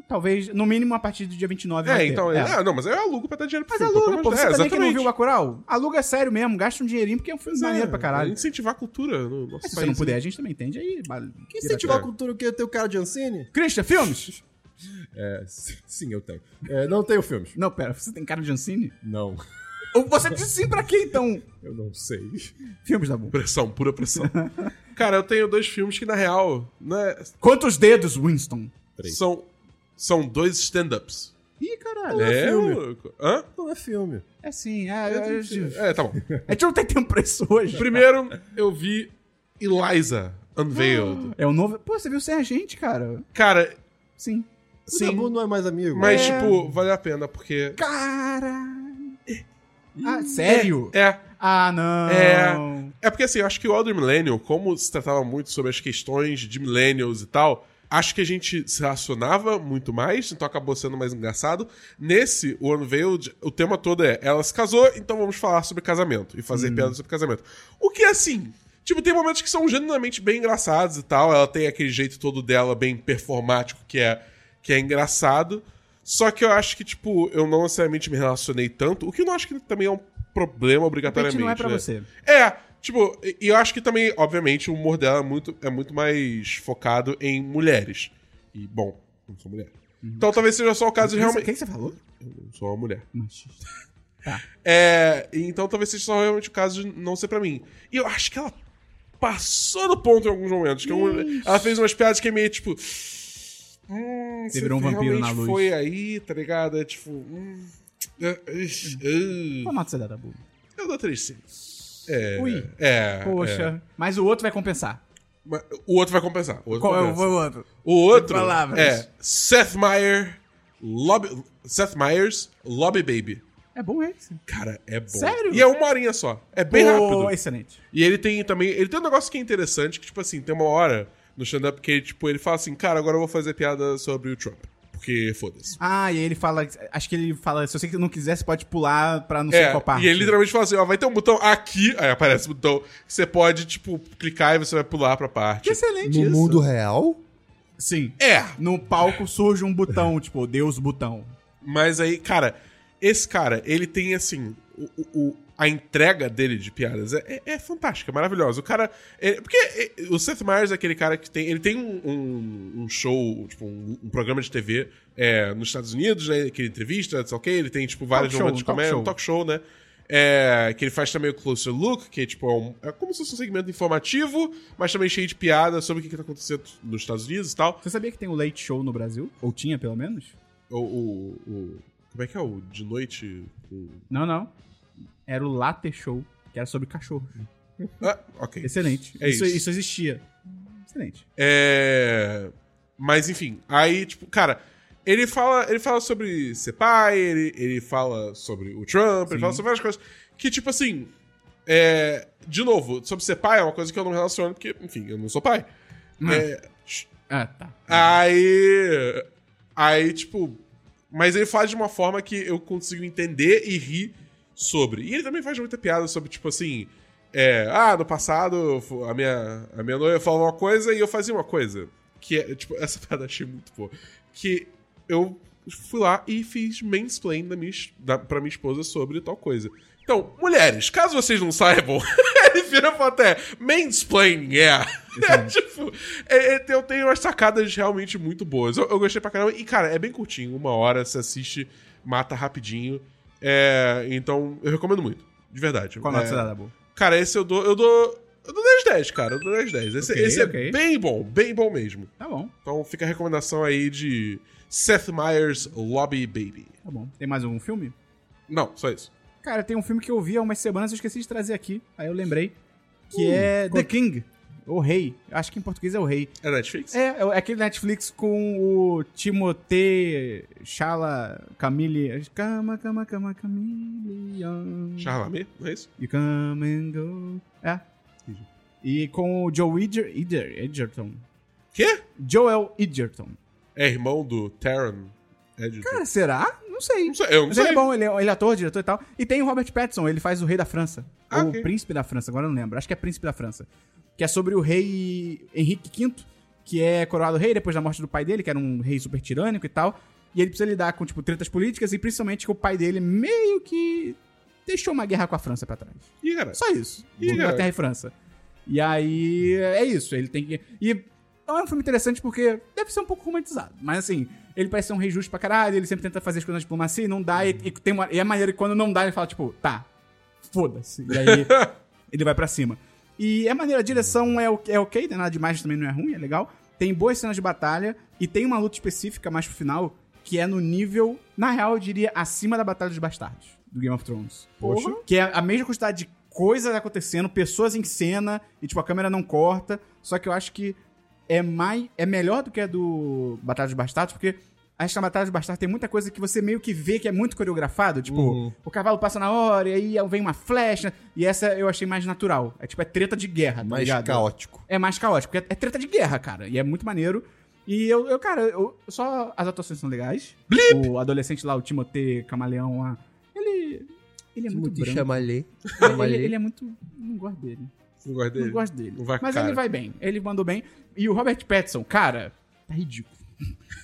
[SPEAKER 1] Talvez, no mínimo, a partir do dia 29 vai
[SPEAKER 2] É,
[SPEAKER 1] ter.
[SPEAKER 2] então... Ah, não, mas eu alugo pra dar dinheiro pro
[SPEAKER 1] Mas
[SPEAKER 2] filme, pelo
[SPEAKER 1] aluga,
[SPEAKER 2] menos-
[SPEAKER 1] pô. Você
[SPEAKER 2] é,
[SPEAKER 1] também que não
[SPEAKER 2] exatamente.
[SPEAKER 1] viu o Bacurau, aluga sério mesmo, gasta um dinheirinho, porque é um filme
[SPEAKER 2] Pois é,
[SPEAKER 1] maneiro pra caralho.
[SPEAKER 2] Incentivar a cultura no nosso
[SPEAKER 1] Mas se você
[SPEAKER 2] país.
[SPEAKER 1] não puder, a gente também entende aí. vale.
[SPEAKER 3] Que incentivar a cultura que ter o cara de Ancine?
[SPEAKER 1] Christian, filmes?
[SPEAKER 3] É, s- sim, eu tenho. É, não tenho filmes.
[SPEAKER 1] Não, pera, você tem cara de Ancine?
[SPEAKER 3] Não,
[SPEAKER 1] Ou você disse sim pra quê, então?
[SPEAKER 3] eu não sei.
[SPEAKER 1] Filmes da boa.
[SPEAKER 2] Pressão, pura pressão. Cara, eu tenho dois filmes que, na real, né,
[SPEAKER 1] Quantos dedos, Winston?
[SPEAKER 3] Três.
[SPEAKER 2] são, são dois stand-ups.
[SPEAKER 1] Ih, caralho. um
[SPEAKER 3] É
[SPEAKER 2] É,
[SPEAKER 3] filme.
[SPEAKER 2] maluco. Hã?
[SPEAKER 3] Não é filme.
[SPEAKER 1] É sim, é, é, é-
[SPEAKER 2] É, tá bom.
[SPEAKER 1] a gente não tem tempo pra isso hoje.
[SPEAKER 2] Primeiro, eu vi Eliza Unveiled.
[SPEAKER 1] É o novo. Pô, você viu sem a gente, cara?
[SPEAKER 2] Cara,
[SPEAKER 1] Sim.
[SPEAKER 3] O Dabu não é mais amigo.
[SPEAKER 2] mas,
[SPEAKER 1] É.
[SPEAKER 2] tipo, vale a pena, porque.
[SPEAKER 1] Cara. Ah, sério?
[SPEAKER 2] É.
[SPEAKER 1] Ah, não.
[SPEAKER 2] É. É porque assim, eu acho que o Elder Millennial, como se tratava muito sobre as questões de millennials e tal, acho que a gente se relacionava muito mais, então acabou sendo mais engraçado. Nesse, o Unveiled, o tema todo é ela se casou, então vamos falar sobre casamento e fazer piadas sobre casamento. O que é assim. Tipo, tem momentos que são genuinamente bem engraçados e tal. Ela tem aquele jeito todo dela, bem performático, que é, que é engraçado. Só que eu acho que, tipo, eu não necessariamente me relacionei tanto. O que eu não acho que também é um
[SPEAKER 1] Repente
[SPEAKER 2] problema, obrigatoriamente.
[SPEAKER 1] não é pra
[SPEAKER 2] né?
[SPEAKER 1] você.
[SPEAKER 2] É, tipo, e e eu acho que também, obviamente, o humor dela é muito, é muito mais focado em mulheres. E, bom, eu não sou mulher.
[SPEAKER 1] Uhum.
[SPEAKER 2] Então talvez seja só o caso de
[SPEAKER 1] O que
[SPEAKER 2] realmente.
[SPEAKER 1] que você falou?
[SPEAKER 2] Eu não sou uma mulher. É, então talvez seja só realmente o caso de não ser pra mim. E eu acho que ela passou do ponto em alguns momentos. Que eu- ela fez umas piadas que é meio tipo. Hum,
[SPEAKER 1] Você virou um
[SPEAKER 2] você
[SPEAKER 1] vampiro
[SPEAKER 2] realmente
[SPEAKER 1] na luz.
[SPEAKER 2] foi aí, tá ligado? É tipo. Hum, ah, ish, ah.
[SPEAKER 1] Qual nota você dá, Dabu?
[SPEAKER 2] é, Eu dou 3 É.
[SPEAKER 1] Ui.
[SPEAKER 2] É. é.
[SPEAKER 1] Poxa. Mas o outro vai compensar.
[SPEAKER 2] Mas O outro vai compensar. O outro
[SPEAKER 1] Qual é o
[SPEAKER 2] compensa.
[SPEAKER 1] o outro?
[SPEAKER 2] O outro
[SPEAKER 1] Em palavras.
[SPEAKER 2] é Seth Meyer, Lobby, Seth Meyers, Lobby Baby.
[SPEAKER 1] É bom esse.
[SPEAKER 2] Cara, é bom.
[SPEAKER 1] Sério?
[SPEAKER 2] E é uma horinha só. É bem
[SPEAKER 1] Pô,
[SPEAKER 2] rápido.
[SPEAKER 1] Excelente.
[SPEAKER 2] E ele tem também. Ele tem um negócio que é interessante, que, tipo assim, tem uma hora no stand-up que ele, tipo, ele fala assim, cara, agora eu vou fazer piada sobre o Trump. Porque foda-se.
[SPEAKER 1] Ah, e ele fala. Acho que ele fala. Se você não quiser, você pode pular pra não sei
[SPEAKER 2] É,
[SPEAKER 1] qual parte.
[SPEAKER 2] e ele literalmente fala assim, ó, vai ter um botão aqui, aí aparece o botão, que você pode, tipo, clicar e você vai pular pra parte.
[SPEAKER 1] Que excelente
[SPEAKER 3] No
[SPEAKER 1] isso.
[SPEAKER 3] mundo real?
[SPEAKER 1] Sim.
[SPEAKER 2] É,
[SPEAKER 1] No palco surge um botão, tipo, Deus botão.
[SPEAKER 2] Mas aí, cara, esse cara, ele tem assim. O, o- o- a entrega dele de piadas é, é- é fantástica, maravilhosa. O cara. é- porque é, o Seth Meyers é aquele cara que tem. Ele tem um, um- um show, tipo, um, um programa de TV é, nos Estados Unidos, né? Que ele entrevista, sei lá o quê. Ele tem, tipo, vários
[SPEAKER 1] show,
[SPEAKER 2] momentos de
[SPEAKER 1] um talk
[SPEAKER 2] comédia,
[SPEAKER 1] show.
[SPEAKER 2] um talk show, né? É, que ele faz também o Closer Look, que tipo, é, um- é como se fosse um segmento informativo, mas também cheio de piada sobre o que, que tá acontecendo nos Estados Unidos e tal.
[SPEAKER 1] Você sabia que tem o Late Show no Brasil? Ou tinha, pelo menos?
[SPEAKER 2] O, o- o- Como é que é o de noite? O-
[SPEAKER 1] Não, não. Era o Latte Show, que era sobre cachorro.
[SPEAKER 2] Ah, ok.
[SPEAKER 1] Excelente.
[SPEAKER 2] É
[SPEAKER 1] isso,
[SPEAKER 2] isso.
[SPEAKER 1] isso existia. Excelente.
[SPEAKER 2] É... Mas enfim, aí, tipo, cara, ele fala, ele fala sobre ser pai, ele, ele fala sobre o Trump, ele fala sobre várias coisas. Que, tipo assim, é... de novo, sobre ser pai é uma coisa que eu não me relaciono, porque, enfim, eu não sou pai.
[SPEAKER 1] Hum.
[SPEAKER 2] É,
[SPEAKER 1] Ah, tá.
[SPEAKER 2] Aí. Aí, tipo. Mas ele faz de uma forma que eu consigo entender e rir sobre. E ele também faz muita piada sobre, tipo assim. É, ah, no passado fu- a minha, a minha noiva falava uma coisa e eu fazia uma coisa. Que é, tipo, essa piada eu achei muito boa. Que eu fui lá e fiz mansplain da minha, es- da, pra minha esposa sobre tal coisa. Então, mulheres, caso vocês não saibam, ele vira pra até mansplaining, yeah. É, tipo, é, é, tem- eu tenho umas sacadas realmente muito boas. Eu, eu gostei pra caramba. E, cara, é bem curtinho, uma hora, você assiste, mata rapidinho. É, então, eu recomendo muito. De verdade.
[SPEAKER 1] Qual nota
[SPEAKER 2] É,
[SPEAKER 1] você dá, Dabu?
[SPEAKER 2] Cara, esse eu dou. Eu dou. Eu dou 10 10, cara. Eu dou 10 10. Esse,
[SPEAKER 1] Ok,
[SPEAKER 2] esse
[SPEAKER 1] ok.
[SPEAKER 2] é bem bom, bem bom mesmo.
[SPEAKER 1] Tá bom,
[SPEAKER 2] Então fica a recomendação aí de Seth Meyers Lobby Baby.
[SPEAKER 1] tá bom. Tem mais algum filme?
[SPEAKER 2] Não, só isso.
[SPEAKER 1] Cara, tem um filme que eu vi há umas semanas e eu esqueci de trazer aqui. Aí eu lembrei. Que é The King. O Rei. Acho que em português é o Rei.
[SPEAKER 2] É Netflix?
[SPEAKER 1] É, é aquele Netflix com o Timothée Chala Camille. Cama, cama, cama, Camille.
[SPEAKER 2] Charlamet, não é isso?
[SPEAKER 1] You come and go. É. E com o Joe Edger, Edger, Edgerton.
[SPEAKER 2] Quê?
[SPEAKER 1] Joel Edgerton.
[SPEAKER 2] É irmão do Taron Edgerton.
[SPEAKER 1] Cara, será? Não sei.
[SPEAKER 2] não sei, eu não
[SPEAKER 1] Mas
[SPEAKER 2] sei.
[SPEAKER 1] ele é bom, ele é, ele é ator, diretor e tal. E tem o Robert Pattinson, ele faz o Rei da França.
[SPEAKER 2] Ah,
[SPEAKER 1] ou
[SPEAKER 2] ok.
[SPEAKER 1] o Príncipe da França, agora eu não lembro. Acho que é Príncipe da França. Que é sobre o rei Henrique V, que é coroado rei depois da morte do pai dele, que era um rei super tirânico e tal. E ele precisa lidar com, tipo, tretas políticas e principalmente que o pai dele meio que deixou uma guerra com a França pra trás.
[SPEAKER 2] Ih, cara.
[SPEAKER 1] Só isso.
[SPEAKER 2] Ih,
[SPEAKER 1] Inglaterra e França. E aí, é isso. Ele tem que. E é um filme interessante porque deve ser um pouco romantizado. Mas assim, ele parece ser um rei justo pra caralho, ele sempre tenta fazer as coisas na diplomacia e não dá. E, e tem uma, e é maneiro que quando não dá, ele fala, tipo, tá, foda-se. E aí ele vai pra cima. E é maneiro, a direção é, o- é ok, né? nada demais também não é ruim, é legal. Tem boas cenas de batalha e tem uma luta específica mais pro final que é no nível, na real, eu diria, acima da Batalha dos Bastardos, do Game of Thrones.
[SPEAKER 3] Poxa.
[SPEAKER 1] Que é a mesma quantidade de coisas acontecendo, pessoas em cena, e tipo, a câmera não corta. Só que eu acho que é mais. É melhor do que a do Batalha dos Bastardos, porque. Acho que na Batalha dos Bastardos tem muita coisa que você meio que vê que é muito coreografado. Tipo,
[SPEAKER 3] Uhum.
[SPEAKER 1] o cavalo passa na hora, e aí vem uma flecha. E essa eu achei mais natural. É tipo, é treta de guerra, tá
[SPEAKER 3] mais
[SPEAKER 1] ligado?
[SPEAKER 3] caótico.
[SPEAKER 1] É mais caótico, porque é treta de guerra, cara. E é muito maneiro. E eu, eu, cara, eu, só as atuações são legais. O adolescente lá, o Timothée Camaleão lá, ele. Ele é muito branco.
[SPEAKER 4] chamalê.
[SPEAKER 1] Ele, ele é muito. Não gosto dele.
[SPEAKER 2] Não gosto dele.
[SPEAKER 1] Não gosto dele.
[SPEAKER 2] Não vai com
[SPEAKER 1] Mas
[SPEAKER 2] cara.
[SPEAKER 1] ele vai bem. Ele mandou bem. E o Robert Pattinson, cara, tá ridículo.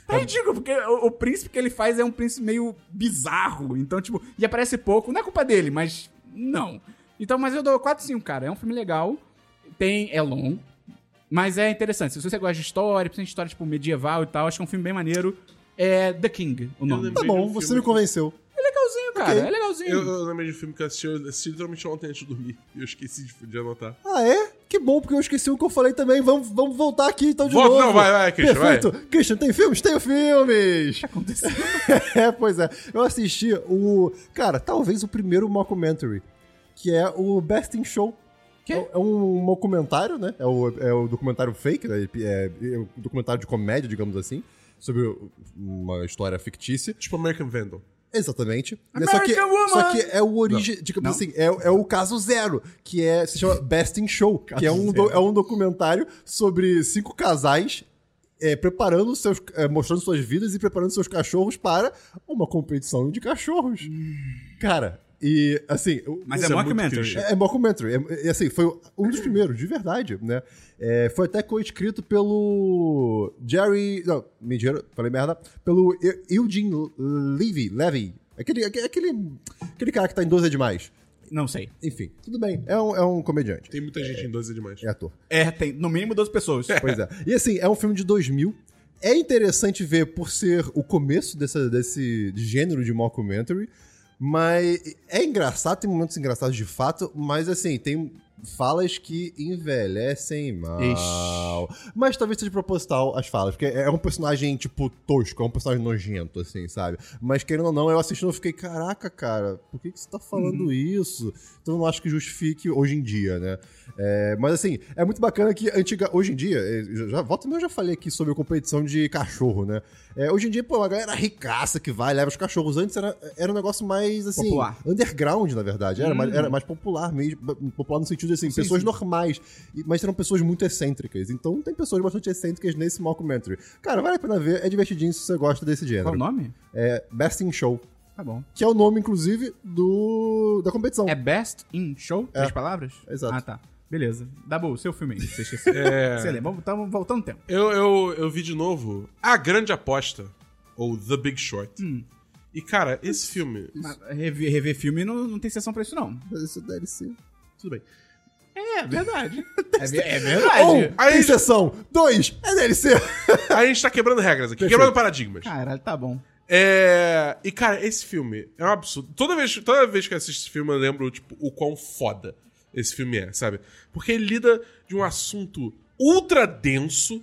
[SPEAKER 1] Tá ridículo, porque o, o príncipe que ele faz é um príncipe meio bizarro. Então, tipo, e aparece pouco. Não é culpa dele, mas não. Então, mas eu dou 4 5, cara. É um filme legal. Tem, é longo. Mas é interessante. Se você gosta de história, precisa de história, tipo, medieval e tal, acho que é um filme bem maneiro. É The King, o nome.
[SPEAKER 2] lembro.
[SPEAKER 1] É
[SPEAKER 3] Tá bom, você me convenceu.
[SPEAKER 1] legalzinho, cara. É legalzinho.
[SPEAKER 2] Eu, eu lembrei de um filme que eu assisti, eu assisti literalmente ontem antes de dormir. E eu esqueci de, de anotar.
[SPEAKER 3] Ah, é? Que bom, porque eu esqueci o que eu falei também. Vamos, vamos voltar aqui então de
[SPEAKER 2] Volta,
[SPEAKER 3] novo.
[SPEAKER 2] não, vai, vai, Christian,
[SPEAKER 3] Perfeito. Christian, tem filmes? Tenho filmes! é, pois é. Eu assisti o. Cara, talvez o primeiro mockumentary, que é o Best in Show.
[SPEAKER 1] Quê?
[SPEAKER 3] É- É um mockumentário, né? É o, é o documentário fake, né? é, é um documentário de comédia, digamos assim, sobre uma história fictícia.
[SPEAKER 2] Tipo American Vandal.
[SPEAKER 3] Exatamente. Né,
[SPEAKER 1] American
[SPEAKER 3] só, que,
[SPEAKER 1] Woman!
[SPEAKER 3] só que é o origem. Digamos
[SPEAKER 1] Não.
[SPEAKER 3] assim, é, é o caso zero, que é, se chama Best in Show, que é um, do- é um documentário sobre cinco casais é, preparando seus. é, mostrando suas vidas e preparando seus cachorros para uma competição de cachorros. Cara, e assim. o-
[SPEAKER 1] Hum. Mas é
[SPEAKER 2] Isso é muito
[SPEAKER 1] mockumentary.
[SPEAKER 2] clichê.
[SPEAKER 3] é, é mockumentary. É, é, assim, foi um dos primeiros, de verdade, né? É, foi até co-escrito pelo Jerry... Não, mentira, falei merda. Pelo Eu- Eugene Levy. Levy. Aquele, aque- aquele, aquele cara que tá em 12 é demais.
[SPEAKER 1] Não sei.
[SPEAKER 3] Enfim, tudo bem. É um, é um comediante.
[SPEAKER 2] Tem muita gente em 12 demais.
[SPEAKER 3] É ator.
[SPEAKER 1] É, tem no mínimo 12 pessoas.
[SPEAKER 3] Pois é. E assim, é um filme de 2000. É interessante ver por ser o começo dessa- desse gênero de mockumentary, mas é engraçado, tem momentos engraçados de fato, mas assim, tem falas que envelhecem mal. Mas talvez seja proposital as falas, porque é um personagem, tipo, tosco, é um personagem nojento, assim, sabe? Mas querendo ou não, eu assistindo eu fiquei, caraca, cara, por que, que você tá falando isso? Então eu não acho que justifique hoje em dia, né? É, mas assim, é muito bacana que antiga, hoje em dia, é, já, já, volta e meia eu já falei aqui sobre competição de cachorro, né? É, hoje em dia, pô, a galera ricaça que vai, leva os cachorros. Antes era, era um negócio mais, assim,
[SPEAKER 1] Popular.
[SPEAKER 3] underground, na verdade. Era, mais, era mais popular mesmo, b- popular no sentido de, assim, pessoas normais. E- Mas eram pessoas muito excêntricas. Então tem pessoas bastante excêntricas nesse mockumentary. Cara, vale a pena ver, é divertidinho se você gosta desse
[SPEAKER 1] Qual o
[SPEAKER 3] gênero.
[SPEAKER 1] nome?
[SPEAKER 3] É Best in Show,
[SPEAKER 1] Tá bom.
[SPEAKER 3] que é o nome, inclusive, do da competição.
[SPEAKER 1] É best in show? Três palavras?
[SPEAKER 3] É. Exato.
[SPEAKER 1] Ah, tá. Beleza. Dabu, seu filme aí. Você esqueceu.
[SPEAKER 2] É.
[SPEAKER 1] Você lembra? Vamos- Tamo voltando o tempo.
[SPEAKER 2] Eu, eu, eu vi de novo A Grande Aposta, ou The Big Short. E, cara, esse filme.
[SPEAKER 1] Mas Rever, rever filme não, não tem sessão pra isso, não.
[SPEAKER 3] Isso é deve ser.
[SPEAKER 2] Tudo bem.
[SPEAKER 1] É verdade. é, ve- é verdade.
[SPEAKER 3] Um,
[SPEAKER 2] Aí-
[SPEAKER 3] tem sessão. Dois, é DLC.
[SPEAKER 2] Aí a gente tá quebrando regras aqui, quebrando paradigmas.
[SPEAKER 1] Caralho, tá bom.
[SPEAKER 2] É. E, cara, esse filme é um absurdo. Toda vez, toda vez que eu assisto esse filme, eu lembro, tipo, o quão foda esse filme é, sabe? Porque ele lida de um assunto ultra denso,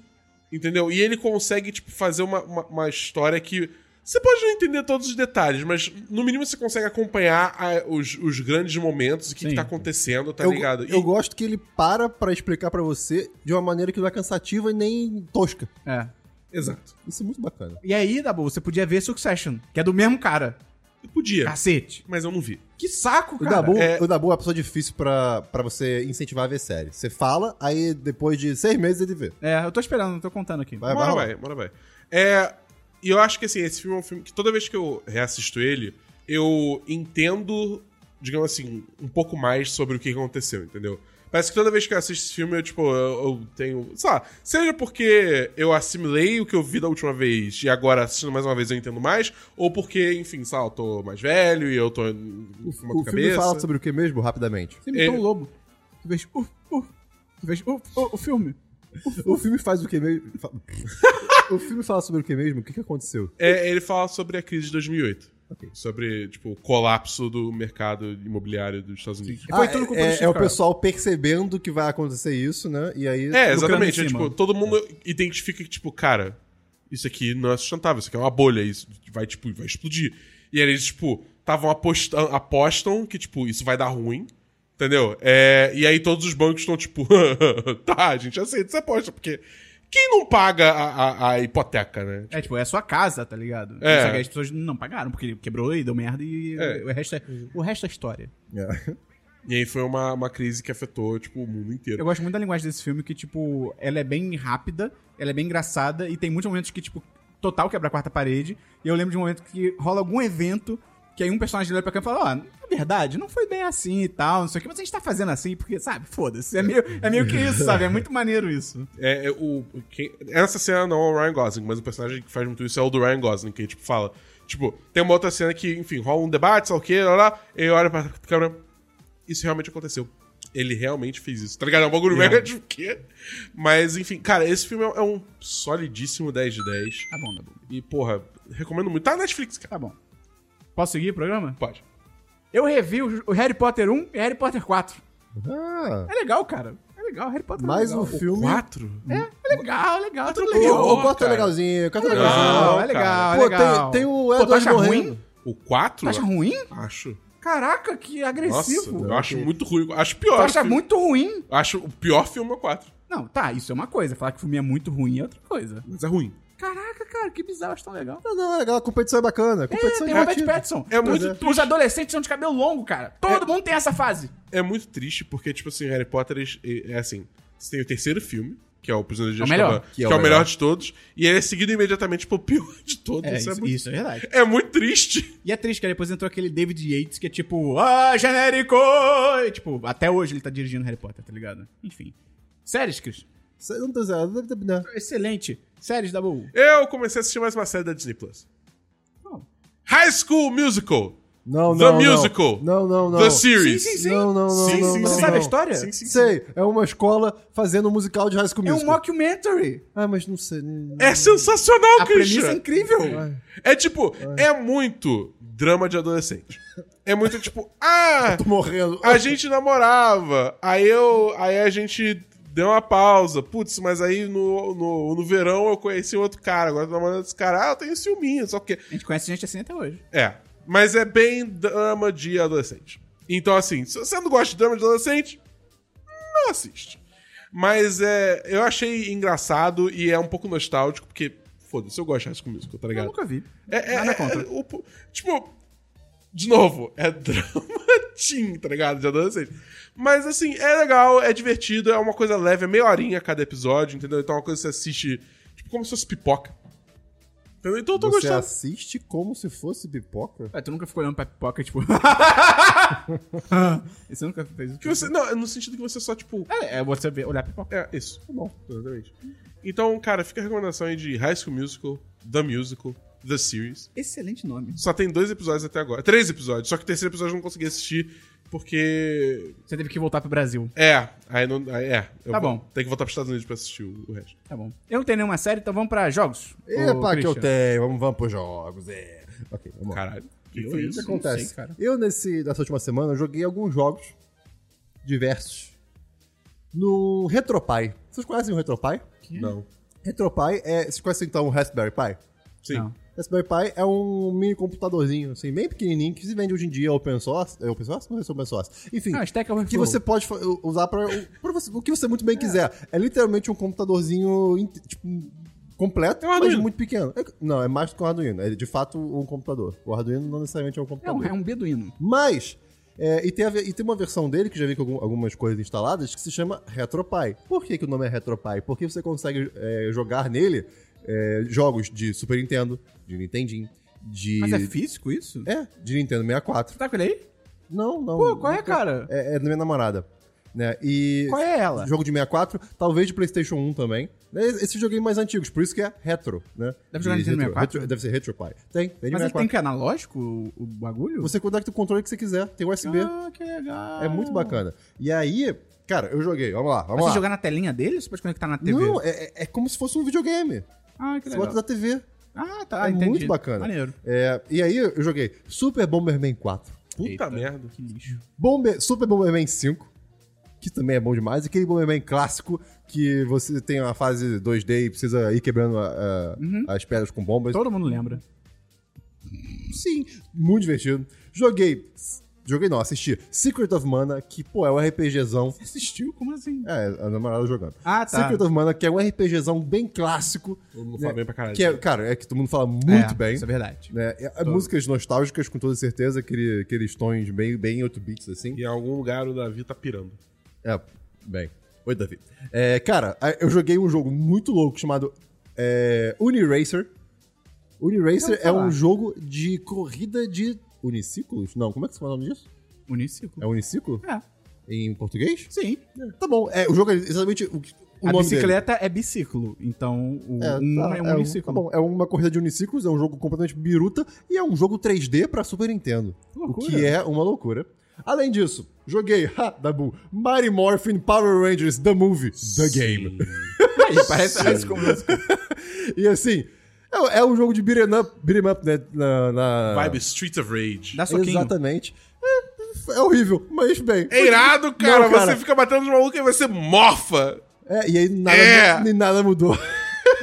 [SPEAKER 2] entendeu? E ele consegue, tipo, fazer uma, uma, uma história que. Você pode não entender todos os detalhes, mas no mínimo você consegue acompanhar a- os, os grandes momentos, o que, que
[SPEAKER 1] Sim.
[SPEAKER 2] tá acontecendo, tá
[SPEAKER 3] eu,
[SPEAKER 2] ligado?
[SPEAKER 3] eu
[SPEAKER 2] E-
[SPEAKER 3] gosto que ele para pra explicar pra você de uma maneira que não é cansativa e nem tosca.
[SPEAKER 1] É.
[SPEAKER 2] Exato.
[SPEAKER 3] Isso é muito bacana.
[SPEAKER 1] E aí, Dabu, você podia ver Succession, que é do mesmo cara.
[SPEAKER 2] Eu podia,
[SPEAKER 1] Cacete.
[SPEAKER 2] mas eu não vi.
[SPEAKER 1] Que saco,
[SPEAKER 3] O
[SPEAKER 1] cara.
[SPEAKER 3] Dabu,
[SPEAKER 2] é-
[SPEAKER 3] o Dabu é uma pessoa difícil pra, pra você incentivar a ver série. Você fala, aí depois de seis meses ele vê.
[SPEAKER 1] É, eu tô esperando, tô contando aqui.
[SPEAKER 3] Vai,
[SPEAKER 2] Bora
[SPEAKER 3] vai.
[SPEAKER 2] vai, bora vai. É, e eu acho que assim, esse filme é um filme que toda vez que eu reassisto ele, eu entendo, digamos assim, um pouco mais sobre o que aconteceu, entendeu? Parece que toda vez que eu assisto esse filme, eu, tipo, eu, eu tenho. Sei lá, seja porque eu assimilei o que eu vi da última vez e agora assistindo mais uma vez eu entendo mais, ou porque, enfim, sei lá, eu tô mais velho e eu tô
[SPEAKER 3] O,
[SPEAKER 2] com
[SPEAKER 3] o filme fala sobre o que mesmo, rapidamente?
[SPEAKER 1] Você imitou
[SPEAKER 2] É.
[SPEAKER 1] um lobo. Tu fez... Uh, uh. Tu fez... Uh, uh, o filme.
[SPEAKER 3] O filme faz o que mesmo... fa- o filme fala sobre o que mesmo? O que, que aconteceu?
[SPEAKER 2] É, ele fala sobre a crise de 2008.
[SPEAKER 3] Ok.
[SPEAKER 2] Sobre, tipo, o colapso do mercado imobiliário dos Estados Unidos.
[SPEAKER 1] Foi tudo culpa do
[SPEAKER 3] é,
[SPEAKER 1] Steve
[SPEAKER 3] é o
[SPEAKER 1] Carell.
[SPEAKER 3] pessoal percebendo que vai acontecer isso, né? E aí...
[SPEAKER 1] lucrando em
[SPEAKER 2] É, exatamente. É,
[SPEAKER 1] cima.
[SPEAKER 2] tipo, todo mundo identifica que, tipo, cara, isso aqui não é sustentável, isso aqui é uma bolha, isso vai, tipo, vai explodir. E aí eles, tipo, estavam apostam, apostam que, tipo, isso vai dar ruim, entendeu? É, e aí todos os bancos estão, tipo, tá, a gente aceita essa aposta, porque quem não paga a, a- a hipoteca, né?
[SPEAKER 1] É, tipo, é a sua casa, tá ligado?
[SPEAKER 2] É.
[SPEAKER 1] Só que as pessoas não pagaram, porque quebrou e deu merda e
[SPEAKER 2] É.
[SPEAKER 1] o, resto é, o resto é história.
[SPEAKER 3] É.
[SPEAKER 2] E aí foi uma, uma crise que afetou, tipo, o mundo inteiro.
[SPEAKER 1] Eu gosto muito da linguagem desse filme, que, tipo, ela é bem rápida, ela é bem engraçada, e tem muitos momentos que, tipo, total quebra a quarta parede. E eu lembro de um momento que rola algum evento, que aí um personagem olha pra câmera e fala, ó, na verdade, não foi bem assim e tal, não sei o que, mas a gente tá fazendo assim, porque, sabe, foda-se. É meio, é meio que isso, sabe? É muito maneiro isso.
[SPEAKER 2] É, é o, o quem- essa cena não é o Ryan Gosling, mas o personagem que faz muito isso é o do Ryan Gosling, que tipo fala. Tipo, tem uma outra cena que, enfim, rola um debate, sei lá o quê, lá, lá, e ele olha pra câmera. Isso realmente aconteceu. Ele realmente fez isso, tá ligado? É um bagulho mega de o quê? Mas, enfim, cara, esse filme é é um solidíssimo 10 de 10.
[SPEAKER 1] Tá bom, tá bom.
[SPEAKER 2] E, porra, recomendo muito. Tá na Netflix, cara.
[SPEAKER 1] Tá bom. Posso seguir o programa?
[SPEAKER 2] Pode.
[SPEAKER 1] Eu revi o o Harry Potter 1 e Harry Potter 4.
[SPEAKER 3] Ah,
[SPEAKER 1] É legal, cara. É legal, Harry Potter
[SPEAKER 3] mais
[SPEAKER 1] é legal.
[SPEAKER 3] um filme.
[SPEAKER 2] 4?
[SPEAKER 1] É, é legal, é
[SPEAKER 2] Tá
[SPEAKER 1] legal, tudo
[SPEAKER 3] Pô,
[SPEAKER 1] legal.
[SPEAKER 3] O quarto é
[SPEAKER 2] cara.
[SPEAKER 3] legalzinho, o quarto é
[SPEAKER 1] É legal,
[SPEAKER 3] legalzinho.
[SPEAKER 1] é
[SPEAKER 2] cara.
[SPEAKER 1] legal, é
[SPEAKER 3] Pô,
[SPEAKER 1] legal.
[SPEAKER 3] tem, tem o
[SPEAKER 1] Pô, tu
[SPEAKER 3] Edward
[SPEAKER 1] acha
[SPEAKER 3] Moreno.
[SPEAKER 1] ruim?
[SPEAKER 2] O 4?
[SPEAKER 1] Tu acha ruim?
[SPEAKER 2] Acho.
[SPEAKER 1] Caraca, que
[SPEAKER 2] Nossa,
[SPEAKER 1] agressivo.
[SPEAKER 2] eu acho
[SPEAKER 3] ok.
[SPEAKER 2] muito ruim. Acho
[SPEAKER 1] tu
[SPEAKER 2] pior.
[SPEAKER 1] acha
[SPEAKER 2] filme.
[SPEAKER 1] muito ruim?
[SPEAKER 2] Acho o pior filme é o 4.
[SPEAKER 1] Não, tá, isso é uma coisa. Falar que o filme é muito ruim é outra coisa.
[SPEAKER 2] Mas é ruim.
[SPEAKER 1] Caraca, cara, que bizarro, acho tão legal.
[SPEAKER 3] Não, não, é legal, a competição é bacana. A competição
[SPEAKER 1] tem
[SPEAKER 3] é
[SPEAKER 1] o Robert
[SPEAKER 3] divertida.
[SPEAKER 1] Pattinson.
[SPEAKER 2] É
[SPEAKER 1] Os-
[SPEAKER 2] muito
[SPEAKER 1] Os adolescentes são de cabelo longo, cara. Todo mundo tem essa fase.
[SPEAKER 2] é muito triste porque, tipo assim, Harry Potter eles- é, é assim: você tem o terceiro filme, que é o Prisioneiro de
[SPEAKER 1] É o melhor.
[SPEAKER 2] Azkaban, que é o melhor de todos, e ele é seguido imediatamente pelo pior de todos. isso, é muito,
[SPEAKER 1] é verdade.
[SPEAKER 2] é muito triste.
[SPEAKER 1] E é triste, cara. Depois entrou aquele David Yates que é tipo, ah, genérico! E, tipo, até hoje ele tá dirigindo Harry Potter, tá ligado? Enfim. Séries, Cris?
[SPEAKER 3] Cê- Não tem zero, não tem- não.
[SPEAKER 1] Excelente. Séries da Boa.
[SPEAKER 2] Eu comecei a assistir mais uma série da Disney Plus:
[SPEAKER 1] Qual?
[SPEAKER 2] High School Musical.
[SPEAKER 3] Não, não,
[SPEAKER 2] The
[SPEAKER 3] não.
[SPEAKER 2] Musical.
[SPEAKER 3] Não, não, não.
[SPEAKER 2] The Series.
[SPEAKER 1] Sim, sim, sim.
[SPEAKER 3] Não, não, não.
[SPEAKER 2] Sim,
[SPEAKER 3] não,
[SPEAKER 2] sim,
[SPEAKER 3] não,
[SPEAKER 1] Você
[SPEAKER 2] sim.
[SPEAKER 1] sabe a
[SPEAKER 3] não.
[SPEAKER 1] história?
[SPEAKER 2] Sim, sim, sim.
[SPEAKER 3] Sei, é uma escola fazendo um musical de High School
[SPEAKER 1] É um
[SPEAKER 3] Musical.
[SPEAKER 1] mockumentary.
[SPEAKER 3] Ah, mas não sei. não-
[SPEAKER 2] É sensacional,
[SPEAKER 1] A premissa é
[SPEAKER 2] Christian.
[SPEAKER 1] incrível.
[SPEAKER 3] Ai.
[SPEAKER 2] É tipo, é muito drama de adolescente. É muito tipo, ah,
[SPEAKER 3] Tô morrendo.
[SPEAKER 2] A gente namorava, aí eu. Aí a gente deu uma pausa. Putz, mas aí no, no, no verão eu conheci um outro cara, agora tô namorando esse cara. Ah, eu tenho ciúminho, só porque.
[SPEAKER 1] A gente conhece gente assim até hoje.
[SPEAKER 2] É. Mas é bem drama de adolescente. Então, assim, se você não gosta de drama de adolescente, não assiste. Mas é. Eu achei engraçado e é um pouco nostálgico, porque. Foda-se, eu gosto de High School Musical, tá
[SPEAKER 1] Eu
[SPEAKER 2] ligado?
[SPEAKER 1] nunca vi.
[SPEAKER 2] É, é,
[SPEAKER 1] Nada
[SPEAKER 2] é,
[SPEAKER 1] contra.
[SPEAKER 2] é, o po- tipo, de novo, é drama teen, tá ligado? De adolescente. Mas assim, é legal, é divertido, é uma coisa leve, é meia horinha cada episódio, entendeu? Então é uma coisa que você assiste, tipo, como se fosse pipoca. Entendeu? Então eu tô
[SPEAKER 3] Você
[SPEAKER 2] gostando.
[SPEAKER 3] assiste como se fosse pipoca?
[SPEAKER 1] Ué, tu nunca ficou olhando pra pipoca, tipo... Você nunca fez o
[SPEAKER 2] Que você, não, é no sentido que você só, tipo.
[SPEAKER 1] É, é você ver, olhar pra pipoca.
[SPEAKER 2] É, isso. Tá bom, exatamente. Então, cara, fica a recomendação aí de High School Musical, The Musical, The Series.
[SPEAKER 1] Excelente nome.
[SPEAKER 2] Só tem dois episódios até agora. Três episódios, só que o terceiro episódio eu não consegui assistir porque
[SPEAKER 1] Você teve que voltar pro Brasil.
[SPEAKER 2] É, aí não. aí é. Eu
[SPEAKER 1] Tá
[SPEAKER 2] vou-
[SPEAKER 1] bom.
[SPEAKER 2] Tem que voltar pros Estados Unidos pra assistir o, o resto.
[SPEAKER 1] Tá bom. Eu não tenho nenhuma série, então vamos pra jogos. Ô,
[SPEAKER 3] Epa, que eu
[SPEAKER 1] Christian.
[SPEAKER 3] tenho. Vamos, vamos pros jogos. É. Ok, vamos lá.
[SPEAKER 2] Caralho. O que é
[SPEAKER 1] Eu
[SPEAKER 2] foi
[SPEAKER 1] ia-
[SPEAKER 2] isso?
[SPEAKER 1] Não
[SPEAKER 3] acontece?
[SPEAKER 1] sei, cara.
[SPEAKER 3] Eu, nesse, nessa última semana, eu joguei alguns jogos diversos no Retropie. Vocês conhecem o Retropie?
[SPEAKER 2] Não.
[SPEAKER 3] Retropie é... Vocês conhecem, então, o Raspberry Pi?
[SPEAKER 2] Sim.
[SPEAKER 1] Não.
[SPEAKER 3] Raspberry Pi é um mini computadorzinho, assim, bem pequenininho, que se vende hoje em dia open source. É open source? Não é open source. Enfim,
[SPEAKER 1] Ah, Stack Overflow.
[SPEAKER 3] que você pode fa- usar pra, pra você- o que você muito bem quiser. É literalmente um computadorzinho, in- tipo, completo,
[SPEAKER 2] É um
[SPEAKER 3] mas
[SPEAKER 2] Arduino.
[SPEAKER 3] muito pequeno. É- Não, é mais do que um Arduino. É, de fato, um computador. O Arduino não necessariamente é um
[SPEAKER 1] É
[SPEAKER 3] computador.
[SPEAKER 1] um, é um beduíno.
[SPEAKER 3] Mas, é, e, tem a ver- e tem uma versão dele, que já vem com algum- algumas coisas instaladas, que se chama Retropie. Por que, que o nome é Retropie? Porque você consegue é, jogar nele é, jogos de Super Nintendo, de Nintendinho, de...
[SPEAKER 1] Mas é físico isso?
[SPEAKER 3] é, de Nintendo 64.
[SPEAKER 1] Você tá com ele aí?
[SPEAKER 3] Não, não.
[SPEAKER 1] Pô, qual é,
[SPEAKER 3] nunca-
[SPEAKER 1] cara?
[SPEAKER 3] É, é da minha namorada. Né? E
[SPEAKER 1] Qual é ela?
[SPEAKER 3] jogo de 64, talvez de PlayStation 1 também. Né, Esses joguinhos mais antigos, por isso que é retro, né?
[SPEAKER 1] Deve jogar
[SPEAKER 3] De
[SPEAKER 1] Nintendo
[SPEAKER 3] retro-
[SPEAKER 1] 64?
[SPEAKER 3] retro- deve ser RetroPie. Tem, tem de
[SPEAKER 1] Mas ele
[SPEAKER 3] 64.
[SPEAKER 1] tem que é analógico o, o bagulho?
[SPEAKER 3] né, Você conecta o controle que você quiser, tem USB.
[SPEAKER 1] Ah, que legal.
[SPEAKER 3] É muito bacana. E aí, cara, eu joguei. Vamos lá,
[SPEAKER 1] Mas
[SPEAKER 3] vamos
[SPEAKER 1] você
[SPEAKER 3] lá.
[SPEAKER 1] jogar na telinha dele ou você pode conectar na TV?
[SPEAKER 3] Não, é, é- é como se fosse um videogame.
[SPEAKER 1] Ah, que
[SPEAKER 3] Você
[SPEAKER 1] legal.
[SPEAKER 3] bota da TV.
[SPEAKER 1] Ah, tá,
[SPEAKER 3] é
[SPEAKER 1] entendi.
[SPEAKER 3] muito bacana.
[SPEAKER 1] Maneiro.
[SPEAKER 3] É, e aí eu joguei Super Bomberman 4,
[SPEAKER 2] Puta
[SPEAKER 1] Eita.
[SPEAKER 2] merda.
[SPEAKER 1] Que lixo.
[SPEAKER 3] Bomber, Super Bomberman 5, que também é bom demais. E aquele Bomberman clássico, que você tem uma fase 2D e precisa ir quebrando a- a-
[SPEAKER 1] Uhum.
[SPEAKER 3] as pedras com bombas. Então,
[SPEAKER 1] Todo mundo lembra.
[SPEAKER 3] Sim, muito divertido. Joguei. Joguei não, assisti Secret of Mana, que, pô, é um RPGzão.
[SPEAKER 1] Assistiu? Como assim?
[SPEAKER 3] É, a namorada jogando.
[SPEAKER 1] Ah, tá.
[SPEAKER 3] Secret of Mana, que é um RPGzão bem clássico.
[SPEAKER 2] Todo mundo fala bem pra caralho.
[SPEAKER 3] Que é, cara, é que todo mundo fala muito
[SPEAKER 1] É,
[SPEAKER 3] bem.
[SPEAKER 1] Isso é verdade.
[SPEAKER 3] Né? É, é músicas nostálgicas, com toda certeza, aquele, aqueles tons bem, bem 8 bits, assim.
[SPEAKER 2] Em algum lugar o Davi tá pirando.
[SPEAKER 3] É, bem. Oi, Davi. É, cara, a- eu joguei um jogo muito louco chamado é, Uniracer.
[SPEAKER 1] Eu
[SPEAKER 3] Uniracer
[SPEAKER 1] ouvi
[SPEAKER 3] é
[SPEAKER 1] falar.
[SPEAKER 3] um jogo de corrida de uniciclos? Não, como é que se fala o nome disso?
[SPEAKER 1] Uniciclo.
[SPEAKER 3] É uniciclo?
[SPEAKER 1] É.
[SPEAKER 3] Em português?
[SPEAKER 1] Sim.
[SPEAKER 3] Tá bom. É, o jogo é exatamente o, que- o
[SPEAKER 1] a
[SPEAKER 3] nome dele.
[SPEAKER 1] bicicleta é biciclo. Então, o
[SPEAKER 3] É,
[SPEAKER 1] um
[SPEAKER 3] tá,
[SPEAKER 1] é um
[SPEAKER 3] é,
[SPEAKER 1] uniciclo.
[SPEAKER 3] tá bom, é uma corrida de uniciclos, é um jogo completamente biruta e é um jogo 3D pra Super Nintendo.
[SPEAKER 1] Loucura.
[SPEAKER 3] O que é uma loucura. Além disso, joguei, ha, Dabu, Mighty Morphin Power Rangers The Movie, The Game.
[SPEAKER 1] Aí, parece parece como um
[SPEAKER 3] E assim, é, é um jogo de beat'em up, beat'em up né, na, na...
[SPEAKER 2] Vibe Street of Rage.
[SPEAKER 1] Dá soquinho.
[SPEAKER 3] Exatamente. É, é horrível, mas bem.
[SPEAKER 2] É irado, cara.
[SPEAKER 3] Não, cara.
[SPEAKER 2] Você fica batendo nos malucos e você morfa.
[SPEAKER 3] É, e aí nada,
[SPEAKER 2] É.
[SPEAKER 3] e nada mudou.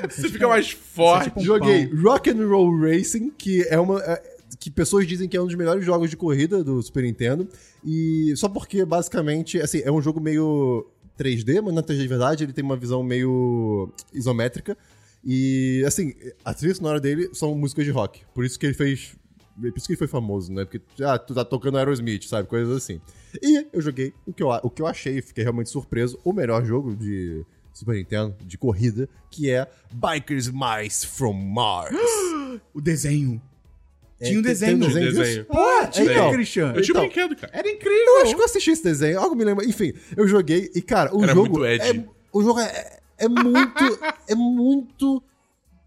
[SPEAKER 2] Você fica mais forte.
[SPEAKER 1] tipo um
[SPEAKER 3] Joguei
[SPEAKER 1] pão. Rock
[SPEAKER 3] Rock and Roll Racing, que é uma é- que pessoas dizem que é um dos melhores jogos de corrida do Super Nintendo. E só porque basicamente, assim, é um jogo meio 3D, mas na 3D de verdade, ele tem uma visão meio isométrica. E assim, a trilha sonora dele são músicas de rock. Por isso que ele fez por isso que ele foi famoso, né? Porque ah, tu tá tocando Aerosmith, sabe? Coisas assim. E eu joguei o que eu, a- o que eu achei, fiquei realmente surpreso, o melhor jogo de Super Nintendo, de corrida, que é Bikers Mice from Mars.
[SPEAKER 1] O desenho.
[SPEAKER 3] É,
[SPEAKER 1] Tinha um
[SPEAKER 3] tem-
[SPEAKER 1] desenho.
[SPEAKER 3] tem um
[SPEAKER 2] desenho.
[SPEAKER 3] disso?
[SPEAKER 2] Desenho.
[SPEAKER 1] Pô,
[SPEAKER 3] Ah,
[SPEAKER 1] tinha,
[SPEAKER 3] então,
[SPEAKER 1] Christian.
[SPEAKER 2] Eu tinha
[SPEAKER 3] Então.
[SPEAKER 2] um brinquedo, cara.
[SPEAKER 1] Era
[SPEAKER 3] eu
[SPEAKER 1] incrível.
[SPEAKER 3] acho que eu assisti esse desenho, algo me lembra. Enfim, eu joguei e, cara, o
[SPEAKER 2] Era
[SPEAKER 3] jogo.
[SPEAKER 2] muito edgy.
[SPEAKER 3] é, o jogo é, é muito. é muito.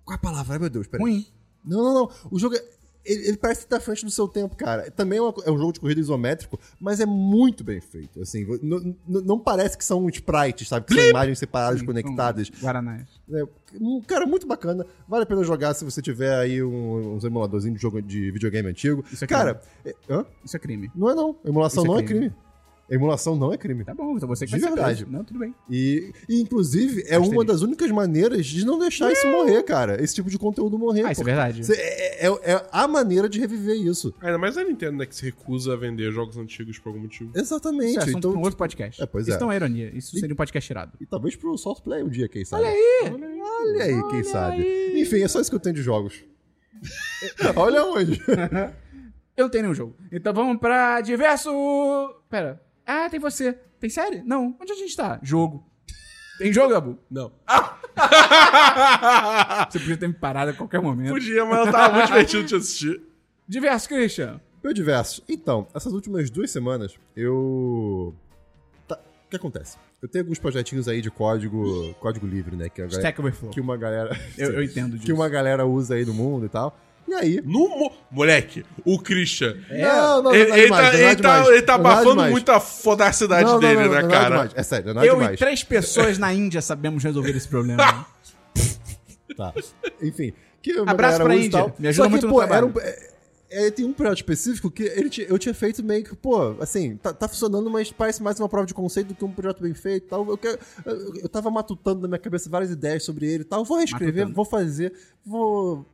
[SPEAKER 3] Qual é a palavra? Ai, meu Deus, peraí.
[SPEAKER 1] Ruim.
[SPEAKER 3] Não, não, não. O jogo é. Ele, ele parece estar à frente do seu tempo, cara. Também é, uma co- é um jogo de corrida isométrico, mas é muito bem feito. Assim, vo- n- n- não parece que são sprites, sabe? Que são imagens
[SPEAKER 1] Hum,
[SPEAKER 3] separadas, conectadas.
[SPEAKER 1] Guaranás.
[SPEAKER 3] É, um cara muito bacana. Vale a pena jogar se você tiver aí um- uns emuladorzinhos de jogo de videogame antigo.
[SPEAKER 1] Isso é
[SPEAKER 3] cara, é- hã?
[SPEAKER 1] Isso é crime.
[SPEAKER 3] não é não. Emulação
[SPEAKER 1] Isso é
[SPEAKER 3] não
[SPEAKER 1] crime.
[SPEAKER 3] é crime. Emulação não é crime.
[SPEAKER 1] Tá bom, então você que
[SPEAKER 3] De
[SPEAKER 1] vai ser
[SPEAKER 3] verdade.
[SPEAKER 1] preso. Não, tudo bem.
[SPEAKER 3] E, e, inclusive, é
[SPEAKER 1] Asterisco.
[SPEAKER 3] uma das únicas maneiras de não deixar isso morrer, cara. Esse tipo de conteúdo morrer.
[SPEAKER 1] Ah, isso é
[SPEAKER 3] porque
[SPEAKER 1] verdade.
[SPEAKER 3] cê- é, é- é a maneira de reviver isso.
[SPEAKER 2] Ainda mais a Nintendo, né? Que se recusa a vender jogos antigos por algum motivo.
[SPEAKER 3] Exatamente.
[SPEAKER 1] Isso é assunto
[SPEAKER 3] então,
[SPEAKER 1] pra um outro podcast.
[SPEAKER 3] É, pois
[SPEAKER 1] isso
[SPEAKER 3] é.
[SPEAKER 1] não é ironia. Isso seria um podcast tirado.
[SPEAKER 3] E talvez pro soft play um dia, quem sabe. Olha aí! Olha aí, quem sabe. Enfim, é só isso que eu tenho de jogos. Olha onde.
[SPEAKER 1] Eu não tenho nenhum jogo. Então vamos pra diverso... Pera. Ah, tem você. Tem série? Não. Onde a gente tá? Jogo. Tem jogo, Dabu?
[SPEAKER 2] Não.
[SPEAKER 1] Você podia ter me parado a qualquer momento.
[SPEAKER 2] Podia, mas eu tava muito divertido de assistir.
[SPEAKER 1] Diverso, Christian.
[SPEAKER 3] Meu diverso. Então, essas últimas duas semanas, eu. Tá, o que acontece? Eu tenho alguns projetinhos aí de código. código livre, né? Que, a galera,
[SPEAKER 1] Stack Overflow.
[SPEAKER 3] que uma galera.
[SPEAKER 1] Eu, eu entendo disso.
[SPEAKER 3] que uma galera usa aí no mundo e tal. E aí.
[SPEAKER 2] No mo- Moleque, o Christian.
[SPEAKER 1] É.
[SPEAKER 3] Não, não,
[SPEAKER 2] ele,
[SPEAKER 3] nada
[SPEAKER 2] ele
[SPEAKER 3] demais,
[SPEAKER 2] tá,
[SPEAKER 3] nada
[SPEAKER 2] ele, tá,
[SPEAKER 3] demais,
[SPEAKER 2] ele tá
[SPEAKER 3] nada
[SPEAKER 2] abafando
[SPEAKER 3] demais.
[SPEAKER 2] muito a fodacidade
[SPEAKER 3] Não, não,
[SPEAKER 2] dele,
[SPEAKER 3] não, não,
[SPEAKER 2] né,
[SPEAKER 3] nada
[SPEAKER 2] cara?
[SPEAKER 3] demais. É sério, nada
[SPEAKER 1] Eu e
[SPEAKER 3] demais.
[SPEAKER 1] três pessoas na Índia sabemos resolver esse problema.
[SPEAKER 3] Tá. Enfim. Que
[SPEAKER 1] Abraço pra
[SPEAKER 3] usa e
[SPEAKER 1] Índia.
[SPEAKER 3] tal.
[SPEAKER 1] Me ajuda
[SPEAKER 3] Só que,
[SPEAKER 1] muito no
[SPEAKER 3] pô,
[SPEAKER 1] trabalho.
[SPEAKER 3] era um- é, é, tem um projeto específico que ele ti- eu tinha feito meio que, pô, assim, tá, tá funcionando, mas parece mais uma prova de conceito do que um projeto bem feito e tal. Eu, quero- eu, eu tava matutando na minha cabeça várias ideias sobre ele e tal. Vou reescrever,
[SPEAKER 1] Matutando.
[SPEAKER 3] vou fazer, vou.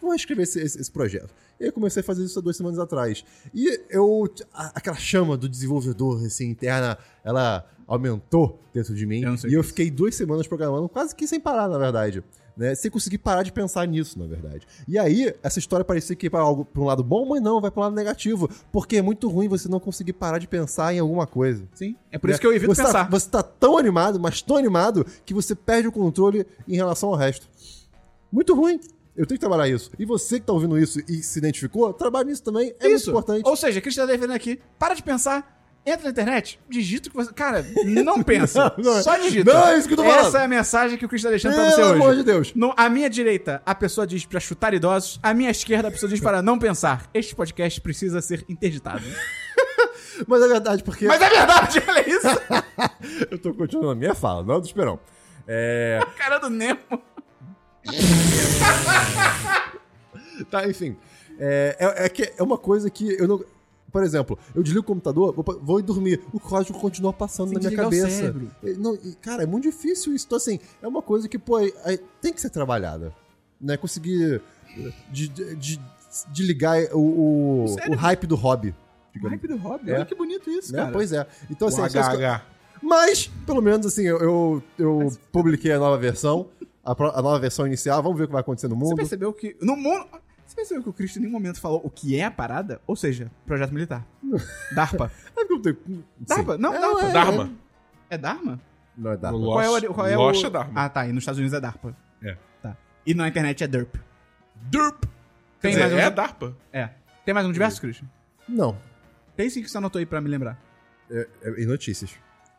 [SPEAKER 3] Vou reescrever esse, esse- esse projeto. E eu comecei a fazer isso há duas semanas atrás. E eu. a- aquela chama do desenvolvedor, assim, interna, ela aumentou dentro de mim.
[SPEAKER 1] Eu não sei
[SPEAKER 3] e
[SPEAKER 1] o
[SPEAKER 3] eu
[SPEAKER 1] que é
[SPEAKER 3] fiquei duas semanas programando, quase que sem parar, na verdade. Né? Sem conseguir parar de pensar nisso, na verdade. E aí, essa história parecia que ia pra, algo, pra um lado bom, mas não, vai pra um lado negativo. Porque é muito ruim você não conseguir parar de pensar em alguma coisa.
[SPEAKER 1] Sim. É por isso que eu evito
[SPEAKER 3] você
[SPEAKER 1] pensar.
[SPEAKER 3] Tá, você tá tão animado, mas tão animado, que você perde o controle em relação ao resto. Muito ruim. Eu tenho que trabalhar isso. E você que tá ouvindo isso e se identificou, trabalhe nisso também. É
[SPEAKER 1] Isso.
[SPEAKER 3] muito importante.
[SPEAKER 1] Ou seja, o que a gente tá defendendo aqui, para de pensar, entra na internet, digita o que você. Cara, não pensa.
[SPEAKER 3] Não, não é.
[SPEAKER 1] Só digita.
[SPEAKER 3] Não, é isso que eu tô falando.
[SPEAKER 1] Essa é a mensagem que o Cristo tá deixando pra você
[SPEAKER 3] Pelo amor
[SPEAKER 1] hoje.
[SPEAKER 3] de Deus.
[SPEAKER 1] No, à minha direita, a pessoa diz pra chutar idosos, à minha esquerda, a pessoa diz para não pensar. Este podcast precisa ser interditado.
[SPEAKER 3] Mas é verdade, porque.
[SPEAKER 1] Mas é verdade, olha isso.
[SPEAKER 3] eu tô continuando a minha fala, não é do Esperão. É.
[SPEAKER 1] Cara do Nemo.
[SPEAKER 3] Tá, enfim. É, é, é que é uma coisa que eu não. Por exemplo, eu desligo o computador, vou, vou dormir, o código continua passando
[SPEAKER 1] Tem
[SPEAKER 3] na
[SPEAKER 1] que desligar
[SPEAKER 3] minha
[SPEAKER 1] o
[SPEAKER 3] cabeça.
[SPEAKER 1] cérebro.
[SPEAKER 3] E, não, e, cara, é muito difícil isso. Então, assim, é uma coisa que, pô, é- é- tem que ser trabalhada. Né? Conseguir eh, de, de, de, desligar o, o,
[SPEAKER 1] Sério?
[SPEAKER 3] o hype do hobby.
[SPEAKER 1] O
[SPEAKER 3] digamos.
[SPEAKER 1] hype do hobby.
[SPEAKER 3] É.
[SPEAKER 1] Olha que bonito isso,
[SPEAKER 3] Né?
[SPEAKER 1] cara.
[SPEAKER 3] Pois é. Então, assim,
[SPEAKER 2] O
[SPEAKER 3] essas co-
[SPEAKER 2] HH.
[SPEAKER 3] mas, pelo menos, assim, eu, eu, eu publiquei a nova versão, a, pro- a nova versão inicial. Vamos ver o que vai acontecer no
[SPEAKER 1] Você
[SPEAKER 3] mundo.
[SPEAKER 1] percebeu que. No mundo. Você percebeu que o Cristo em nenhum momento falou o que é a parada? Ou seja, projeto militar. DARPA.
[SPEAKER 3] Ah, não tem-
[SPEAKER 1] DARPA? Não,
[SPEAKER 3] É,
[SPEAKER 1] DARPA.
[SPEAKER 3] é.
[SPEAKER 2] Dharma.
[SPEAKER 1] É DARMA?
[SPEAKER 3] Não é DARPA.
[SPEAKER 2] No
[SPEAKER 1] Qual é
[SPEAKER 2] Lost-
[SPEAKER 1] o. Qual é
[SPEAKER 2] Lost
[SPEAKER 1] o...
[SPEAKER 2] é Dharma.
[SPEAKER 1] Ah, tá. E nos Estados Unidos é DARPA.
[SPEAKER 2] É.
[SPEAKER 1] Tá. E na internet é DERP.
[SPEAKER 2] Derp. Quer
[SPEAKER 1] Tem
[SPEAKER 2] dizer,
[SPEAKER 1] mais um-
[SPEAKER 2] é a DARPA.
[SPEAKER 1] É. Tem mais um diverso, Cristo?
[SPEAKER 3] Não,
[SPEAKER 1] Tem sim que você anotou aí pra me lembrar.
[SPEAKER 3] é, é- em notícias.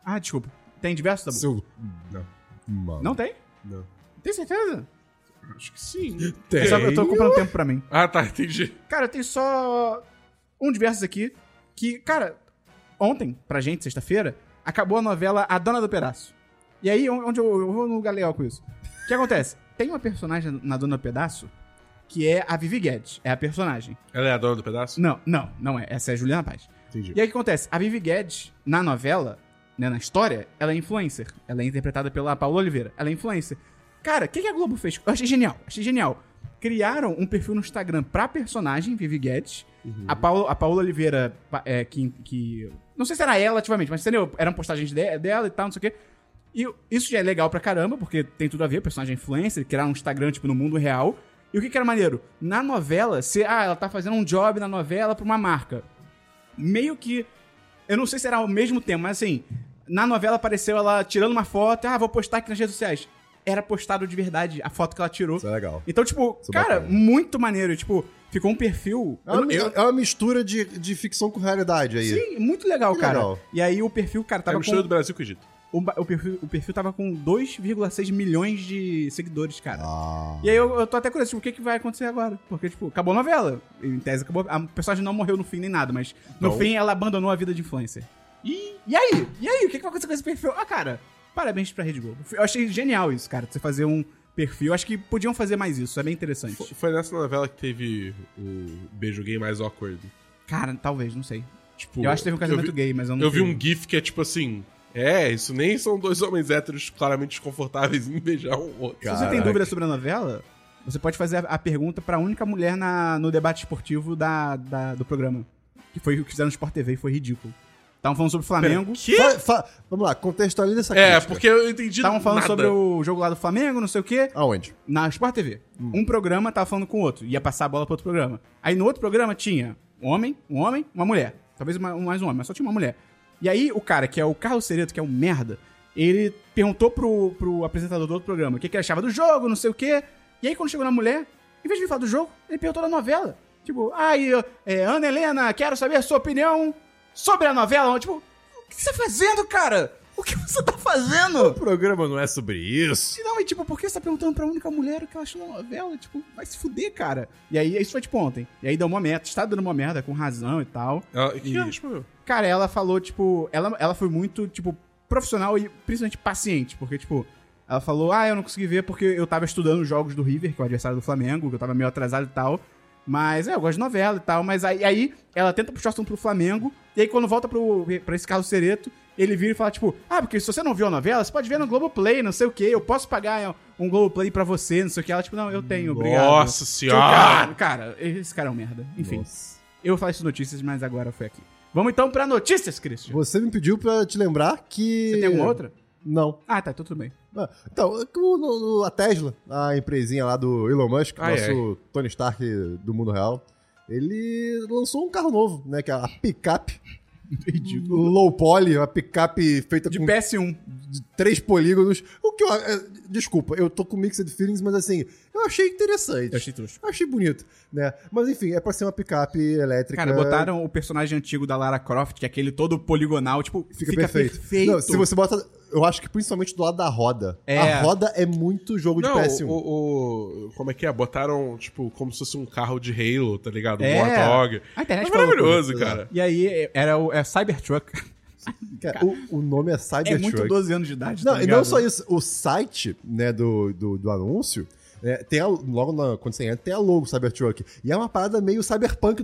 [SPEAKER 1] Ah, desculpa. Tem diverso, tá bom?
[SPEAKER 2] Seu... Não.
[SPEAKER 3] Mano.
[SPEAKER 1] Não tem?
[SPEAKER 2] Não.
[SPEAKER 1] Tem certeza?
[SPEAKER 2] Acho que sim.
[SPEAKER 1] Eu, só, eu tô comprando tempo pra mim.
[SPEAKER 2] Ah, tá, entendi.
[SPEAKER 1] Cara, tem só um diversos aqui que, cara, ontem, pra gente, sexta-feira, acabou a novela A Dona do Pedaço. E aí, on- onde eu, eu vou no galeão com isso. O que acontece? Tem uma personagem na Dona do Pedaço que é a Vivi Guedes. É a personagem.
[SPEAKER 2] Ela é a dona do pedaço?
[SPEAKER 1] Não, não, não é. Essa é a Juliana Paz.
[SPEAKER 2] Entendi.
[SPEAKER 1] E aí o que acontece? A Vivi Guedes, na novela, né, na história, ela é influencer. Ela é interpretada pela Paula Oliveira. Ela é influencer. Cara, o que, que a Globo fez? Eu achei genial, achei genial. Criaram um perfil no Instagram pra personagem, Vivi Guedes. A, Paula, a Paula Oliveira, pa- é, que, que. Não sei se era ela ativamente, mas entendeu? Eram postagens de- dela e tal, não sei o quê. E isso já é legal pra caramba, porque tem tudo a ver, personagem influencer, criar um Instagram, tipo, no mundo real. E o que que era maneiro? Na novela, você, ah, ela tá fazendo um job na novela pra uma marca. Meio que, eu não sei se era ao mesmo tempo, mas assim, na novela apareceu ela tirando uma foto, ah, vou postar aqui nas redes sociais. Era postado de verdade a foto que ela tirou.
[SPEAKER 3] Isso é legal.
[SPEAKER 1] Então, tipo,
[SPEAKER 3] Isso é
[SPEAKER 1] cara,
[SPEAKER 3] bacana.
[SPEAKER 1] muito maneiro. Tipo, ficou um perfil.
[SPEAKER 3] É uma, é uma mistura de, de ficção com realidade aí.
[SPEAKER 1] Sim, muito legal,
[SPEAKER 3] Que
[SPEAKER 1] cara.
[SPEAKER 3] legal.
[SPEAKER 1] E aí o perfil, cara,
[SPEAKER 2] Tá é a
[SPEAKER 1] tava
[SPEAKER 2] mistura
[SPEAKER 1] com.
[SPEAKER 2] do Brasil com o Egito.
[SPEAKER 1] O, ba- o perfil, o perfil tava com 2,6 milhões de seguidores, cara.
[SPEAKER 3] Ah.
[SPEAKER 1] E aí eu, eu tô até curioso, tipo, o que, que vai acontecer agora? Porque, tipo, acabou a novela. Em tese, acabou. A personagem não morreu no fim nem nada, mas no
[SPEAKER 3] Não.
[SPEAKER 1] fim ela abandonou a vida de influencer. E, e aí? E aí? O que, que vai acontecer com esse perfil? Ah, cara, parabéns pra Rede Globo. Eu achei genial isso, cara, de você fazer um perfil. Eu Acho que podiam fazer mais isso, é bem interessante.
[SPEAKER 2] Fo- Foi nessa novela que teve o beijo gay mais awkward.
[SPEAKER 1] Cara, talvez, não sei.
[SPEAKER 2] Tipo,
[SPEAKER 1] eu acho que teve um casamento
[SPEAKER 2] eu vi,
[SPEAKER 1] gay, mas eu não
[SPEAKER 2] Eu vi um gif que é tipo assim... É, isso nem são dois homens héteros claramente desconfortáveis em beijar um outro.
[SPEAKER 1] Se você
[SPEAKER 3] Caraca.
[SPEAKER 1] tem dúvida sobre a novela, você pode fazer a, a pergunta pra única mulher na- no debate esportivo da, da- do programa. Que foi o que fizeram no Sport TV e foi ridículo. Estavam falando sobre o Flamengo.
[SPEAKER 2] Que?
[SPEAKER 3] Fa- fa- vamos lá, contextualiza essa
[SPEAKER 2] É,
[SPEAKER 3] crítica.
[SPEAKER 2] porque eu entendi
[SPEAKER 1] Estavam falando
[SPEAKER 2] nada.
[SPEAKER 1] sobre o jogo lá do Flamengo, não sei o quê,
[SPEAKER 3] Aonde?
[SPEAKER 1] na Sport TV. Um programa tava falando com o outro, ia passar a bola pro outro programa. Aí no outro programa tinha um homem, um homem, uma mulher. Talvez uma- mais um homem, mas só tinha uma mulher. E aí o cara, que é o Carlos Cereto, que é um merda, ele perguntou pro, pro apresentador do outro programa o que, que ele achava do jogo, não sei o quê. E aí quando chegou na mulher, em vez de ele falar do jogo, ele perguntou da novela. Tipo, ai, ah, é, Ana Helena, quero saber a sua opinião sobre a novela. Tipo, o que você tá fazendo, cara? O que você tá fazendo?
[SPEAKER 3] O programa não é sobre isso.
[SPEAKER 1] Não, e tipo, por que você tá perguntando pra única mulher o que ela achou na novela? Tipo, vai se fuder, cara. E aí, isso foi tipo ontem. E aí deu uma merda, está dando uma merda, com razão e tal.
[SPEAKER 2] Ah, que
[SPEAKER 1] E-
[SPEAKER 2] ela respondeu?
[SPEAKER 1] Cara, ela falou, tipo, ela, ela foi muito, tipo, profissional e principalmente paciente, porque, tipo, ela falou, ah, eu não consegui ver porque eu tava estudando os jogos do River, que é o adversário do Flamengo, que eu tava meio atrasado e tal. Mas, é, eu gosto de novela e tal, mas aí, aí ela tenta puxar o assunto pro Flamengo, e aí quando volta pro, pra esse carro Cereto, ele vira e fala, tipo, ah, porque se você não viu a novela, você pode ver no Globoplay, não sei o quê, eu posso pagar um Globoplay pra você, não sei o quê. Ela, tipo, não, eu tenho, obrigado.
[SPEAKER 2] Nossa
[SPEAKER 1] Tipo,
[SPEAKER 2] senhora!
[SPEAKER 1] cara, cara, esse cara é um merda. Enfim.
[SPEAKER 3] Ah! Nossa.
[SPEAKER 1] Eu falei isso em notícias, mas agora foi aqui. Vamos então pra notícias, Christian.
[SPEAKER 3] Você me pediu pra te lembrar que...
[SPEAKER 1] Você tem um alguma outra?
[SPEAKER 3] Não.
[SPEAKER 1] Ah, tá, então tudo bem.
[SPEAKER 3] Ah, Então, o- no- no- a Tesla, a empresinha lá do Elon Musk,
[SPEAKER 2] Ai,
[SPEAKER 3] nosso Tony Stark do mundo real, ele lançou um carro novo, né? Que é a picape. Low poly, uma picape feita
[SPEAKER 1] De
[SPEAKER 3] com
[SPEAKER 1] PS1.
[SPEAKER 3] de três polígonos. O que eu. é, Desculpa, eu tô com mixed feelings, mas assim, eu achei interessante.
[SPEAKER 1] Eu achei trouxa.
[SPEAKER 3] Eu achei bonito, né? Mas enfim, é pra ser uma picape elétrica.
[SPEAKER 1] Cara, botaram o personagem antigo da Lara Croft, que é aquele todo poligonal, tipo,
[SPEAKER 3] Fica, perfeito. Não, se você bota. Eu acho que principalmente do lado da roda.
[SPEAKER 1] É.
[SPEAKER 3] A roda é muito
[SPEAKER 1] tipo
[SPEAKER 3] jogo
[SPEAKER 2] Não,
[SPEAKER 3] de PS1.
[SPEAKER 2] o, o- Como é que é? Botaram, tipo, como se fosse um carro de Halo, tá ligado? Um
[SPEAKER 1] É.
[SPEAKER 2] Warthog.
[SPEAKER 1] A
[SPEAKER 2] É
[SPEAKER 1] internet falou
[SPEAKER 2] maravilhoso,
[SPEAKER 3] loucura.
[SPEAKER 2] cara.
[SPEAKER 1] tudo. E aí, era o é Cybertruck.
[SPEAKER 3] Cara, o, o nome é Cybertruck.
[SPEAKER 1] É muito 12 anos de idade,
[SPEAKER 3] Não,
[SPEAKER 1] tá
[SPEAKER 3] e
[SPEAKER 1] ligado?
[SPEAKER 3] não só isso, o site né, do, do, do anúncio É, tem a- logo na- quando você entra, tem a logo Cybertruck. E é uma parada meio Cyberpunk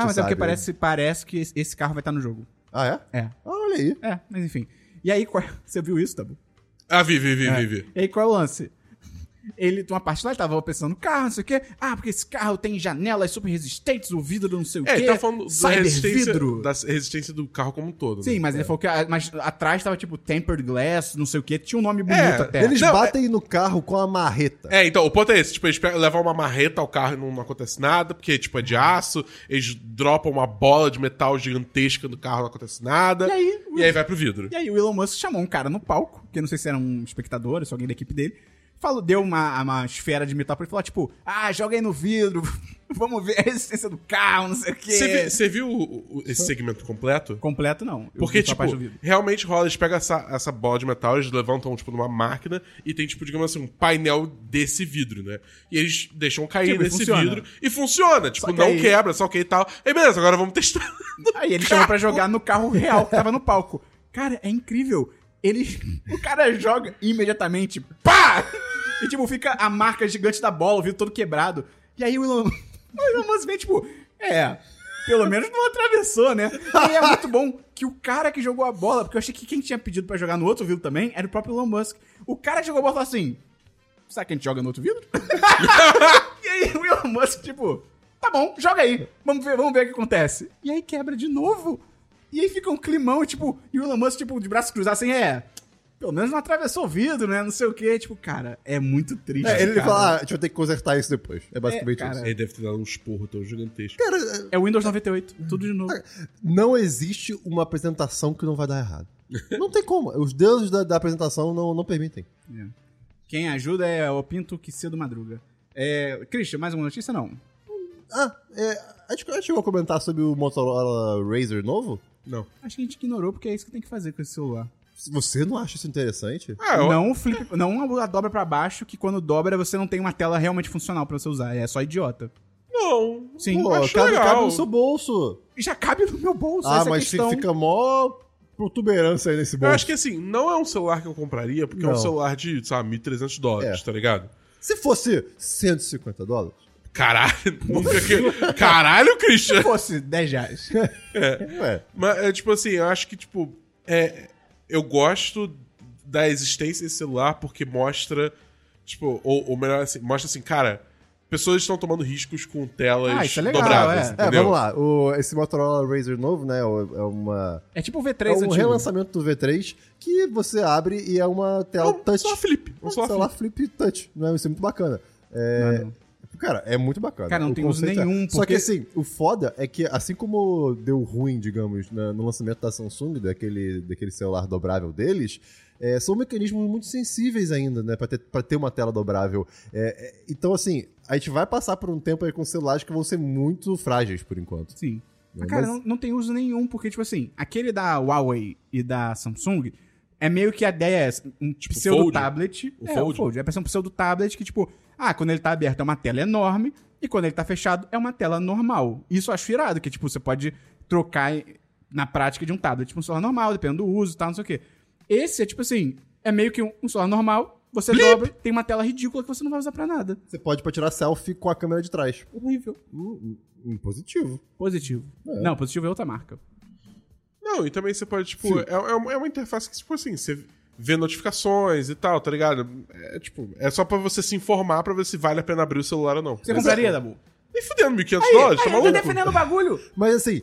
[SPEAKER 1] Ah, mas é
[SPEAKER 3] sabe?
[SPEAKER 1] porque parece, parece que esse- esse carro vai estar no jogo.
[SPEAKER 3] Ah, é?
[SPEAKER 1] É.
[SPEAKER 3] Ah, olha aí.
[SPEAKER 1] É, mas enfim. E aí, qual- é? você viu isso, Tabu?
[SPEAKER 2] Ah, vi, vi, vi, vi, vi.
[SPEAKER 1] E aí, qual é o lance? Ele, uma parte lá, ele tava pensando no carro, não sei o quê. Ah, porque esse carro tem janelas super resistentes, o vidro não sei o quê.
[SPEAKER 2] É, ele tá falando da
[SPEAKER 1] Cyber
[SPEAKER 2] resistência,
[SPEAKER 1] vidro.
[SPEAKER 2] da resistência do carro como um todo.
[SPEAKER 1] Sim,
[SPEAKER 2] né?
[SPEAKER 1] mas é ele falou que a- mas atrás tava tipo tempered glass, não sei o quê. Tinha um nome bonito
[SPEAKER 2] É,
[SPEAKER 1] até.
[SPEAKER 3] Eles
[SPEAKER 2] Não,
[SPEAKER 3] batem no carro com a marreta.
[SPEAKER 2] É, então, o ponto é esse. Tipo, eles pegam- levam uma marreta ao carro e não, não acontece nada, porque, tipo, é de aço. Eles dropam uma bola de metal gigantesca no carro, não acontece nada.
[SPEAKER 1] E aí,
[SPEAKER 2] e aí vai pro vidro.
[SPEAKER 1] E aí o Elon Musk chamou um cara no palco, que eu não sei se era um espectador, ou se alguém da equipe dele, falou, deu uma, uma esfera de metal pra ele falar, tipo, ah, joga aí no vidro, vamos ver a resistência do carro, não sei o quê.
[SPEAKER 2] Você vi- você viu o- o- esse segmento completo?
[SPEAKER 1] Completo não. Eu
[SPEAKER 2] Porque,
[SPEAKER 1] vi só a
[SPEAKER 2] tipo,
[SPEAKER 1] parte do vidro.
[SPEAKER 2] realmente rola, eles pegam essa, essa bola de metal, eles levantam, tipo, numa máquina e tem, tipo, digamos assim, um painel desse vidro, né? E eles deixam cair
[SPEAKER 1] Tipo, e
[SPEAKER 2] nesse
[SPEAKER 1] funciona.
[SPEAKER 2] vidro e funciona, tipo,
[SPEAKER 1] que
[SPEAKER 2] não
[SPEAKER 1] aí-
[SPEAKER 2] quebra, só que e tal. E beleza, agora vamos testar.
[SPEAKER 1] Aí ele chamou pra jogar no carro real que tava no palco. Cara, é incrível. Ele, o cara joga e imediatamente, pá! E tipo, fica a marca gigante da bola, o vidro todo quebrado. E aí o Elon, o Elon Musk vem tipo, é, pelo menos não atravessou, né? E aí é muito bom que o cara que jogou a bola, porque eu achei que quem tinha pedido pra jogar no outro vidro também era o próprio Elon Musk. O cara que jogou a bola falou assim, será que a gente joga no outro vidro? E aí o Elon Musk, tipo, tá bom, joga aí. Vamos ver, vamos ver o que acontece. E aí quebra de novo. E aí fica um climão, tipo, e o Elon Musk, tipo, de braço cruzado, assim, é. Pelo menos não atravessou o vidro, né? Não sei o quê. Tipo, cara, é muito triste.
[SPEAKER 3] É, ele
[SPEAKER 1] cara.
[SPEAKER 3] fala, ah, deixa eu ter que consertar isso depois. É basicamente
[SPEAKER 1] É, cara.
[SPEAKER 3] isso.
[SPEAKER 2] Ele deve ter dado um esporro tão gigantesco.
[SPEAKER 3] Cara,
[SPEAKER 1] É o Windows 98,
[SPEAKER 3] Uhum.
[SPEAKER 1] tudo de novo.
[SPEAKER 3] não existe uma apresentação que não vai dar errado. Não tem como. Os deuses da, da apresentação não, não permitem.
[SPEAKER 1] Quem ajuda é o Pinto que cedo madruga. É. Christian, mais uma notícia? Não.
[SPEAKER 3] Ah, é, a gente a gente chegou a comentar sobre o Motorola Razer novo?
[SPEAKER 2] Não.
[SPEAKER 1] Acho que a gente ignorou porque é isso que tem que fazer com esse celular.
[SPEAKER 3] Você não acha isso interessante?
[SPEAKER 2] Ah, eu,
[SPEAKER 1] Não o flip, não a dobra pra baixo, que quando dobra você não tem uma tela realmente funcional pra você usar. É só idiota.
[SPEAKER 2] não.
[SPEAKER 1] Sim.
[SPEAKER 3] Pô,
[SPEAKER 2] acho
[SPEAKER 3] cabe,
[SPEAKER 2] legal.
[SPEAKER 3] cabe no seu bolso.
[SPEAKER 1] já cabe no meu bolso.
[SPEAKER 3] Ah,
[SPEAKER 1] essa é a
[SPEAKER 3] mas
[SPEAKER 1] questão.
[SPEAKER 3] fica mó protuberância aí nesse
[SPEAKER 2] Eu
[SPEAKER 3] bolso.
[SPEAKER 2] acho que assim, não é um celular que eu compraria, porque é um
[SPEAKER 3] Não.
[SPEAKER 2] celular de, sabe, 1.300 dólares,
[SPEAKER 3] É.
[SPEAKER 2] tá ligado?
[SPEAKER 3] Se fosse 150 dólares,
[SPEAKER 2] Caralho, nunca que. Caralho, Christian!
[SPEAKER 1] Se fosse 10 reais.
[SPEAKER 3] ué,
[SPEAKER 2] Mas, é, tipo assim, eu acho que, tipo, é, eu gosto da existência desse celular porque mostra, tipo, ou, ou melhor assim, mostra assim, cara, pessoas estão tomando riscos com telas
[SPEAKER 1] Ah, isso é legal,
[SPEAKER 2] dobradas,
[SPEAKER 1] é.
[SPEAKER 3] É,
[SPEAKER 2] entendeu?
[SPEAKER 3] vamos lá. O- esse Motorola Razer novo, né? o- É, uma,
[SPEAKER 1] É tipo o
[SPEAKER 3] é
[SPEAKER 1] V3
[SPEAKER 3] um
[SPEAKER 1] antigo.
[SPEAKER 3] relançamento do V3 que você abre e é uma
[SPEAKER 2] É
[SPEAKER 3] tela
[SPEAKER 2] um
[SPEAKER 3] touch.
[SPEAKER 2] celular flip, é um
[SPEAKER 3] É,
[SPEAKER 2] celular
[SPEAKER 3] celular flip touch. Né? Isso é muito bacana. É,
[SPEAKER 1] Ah, não.
[SPEAKER 3] Cara, é muito bacana.
[SPEAKER 1] Cara, não
[SPEAKER 3] O
[SPEAKER 1] tem uso
[SPEAKER 3] conceito é-
[SPEAKER 1] nenhum,
[SPEAKER 3] Só
[SPEAKER 1] porque-
[SPEAKER 3] que assim, o foda é que assim como deu ruim, digamos, na- no lançamento da Samsung, daquele, daquele celular dobrável deles, é, são mecanismos muito sensíveis ainda, né? Pra ter, pra ter uma tela dobrável. É, é, então, assim, a gente vai passar por um tempo aí com celulares que vão ser muito frágeis por enquanto.
[SPEAKER 1] Sim.
[SPEAKER 3] né?
[SPEAKER 1] Ah, cara,
[SPEAKER 3] Mas-
[SPEAKER 1] não, não tem uso nenhum, porque, tipo assim, aquele da Huawei e da Samsung é meio que a ideia é essa, um
[SPEAKER 2] Tipo,
[SPEAKER 1] pseudo-tablet.
[SPEAKER 2] O
[SPEAKER 1] é,
[SPEAKER 2] Fold?
[SPEAKER 1] o Fold. É pra ser um pseudo-tablet que, tipo, ah, quando ele tá aberto é uma tela enorme, e quando ele tá fechado é uma tela normal. Isso eu acho irado, que, tipo, você pode trocar e- na prática de um tablet, tipo, um celular normal, dependendo do uso e tal, não sei o quê. Esse é, tipo assim, é meio que um, um celular normal, você dobra, tem uma tela ridícula que você não vai usar pra nada.
[SPEAKER 3] Você pode pra tirar selfie com a câmera de trás.
[SPEAKER 1] Horrível.
[SPEAKER 3] Hum, hum, positivo.
[SPEAKER 1] Positivo. Não, positivo é outra marca.
[SPEAKER 2] Não, e também você pode, tipo, é, é uma- é uma interface que, tipo assim, você vê notificações e tal, tá ligado? É, tipo, é só pra você se informar pra ver se vale a pena abrir o celular ou não. é,
[SPEAKER 1] Você compraria, Dabu?
[SPEAKER 2] Nem fudendo 1.500 dólares, tá
[SPEAKER 1] Aí, tá
[SPEAKER 2] maluco?
[SPEAKER 1] defendendo o bagulho.
[SPEAKER 3] Mas assim,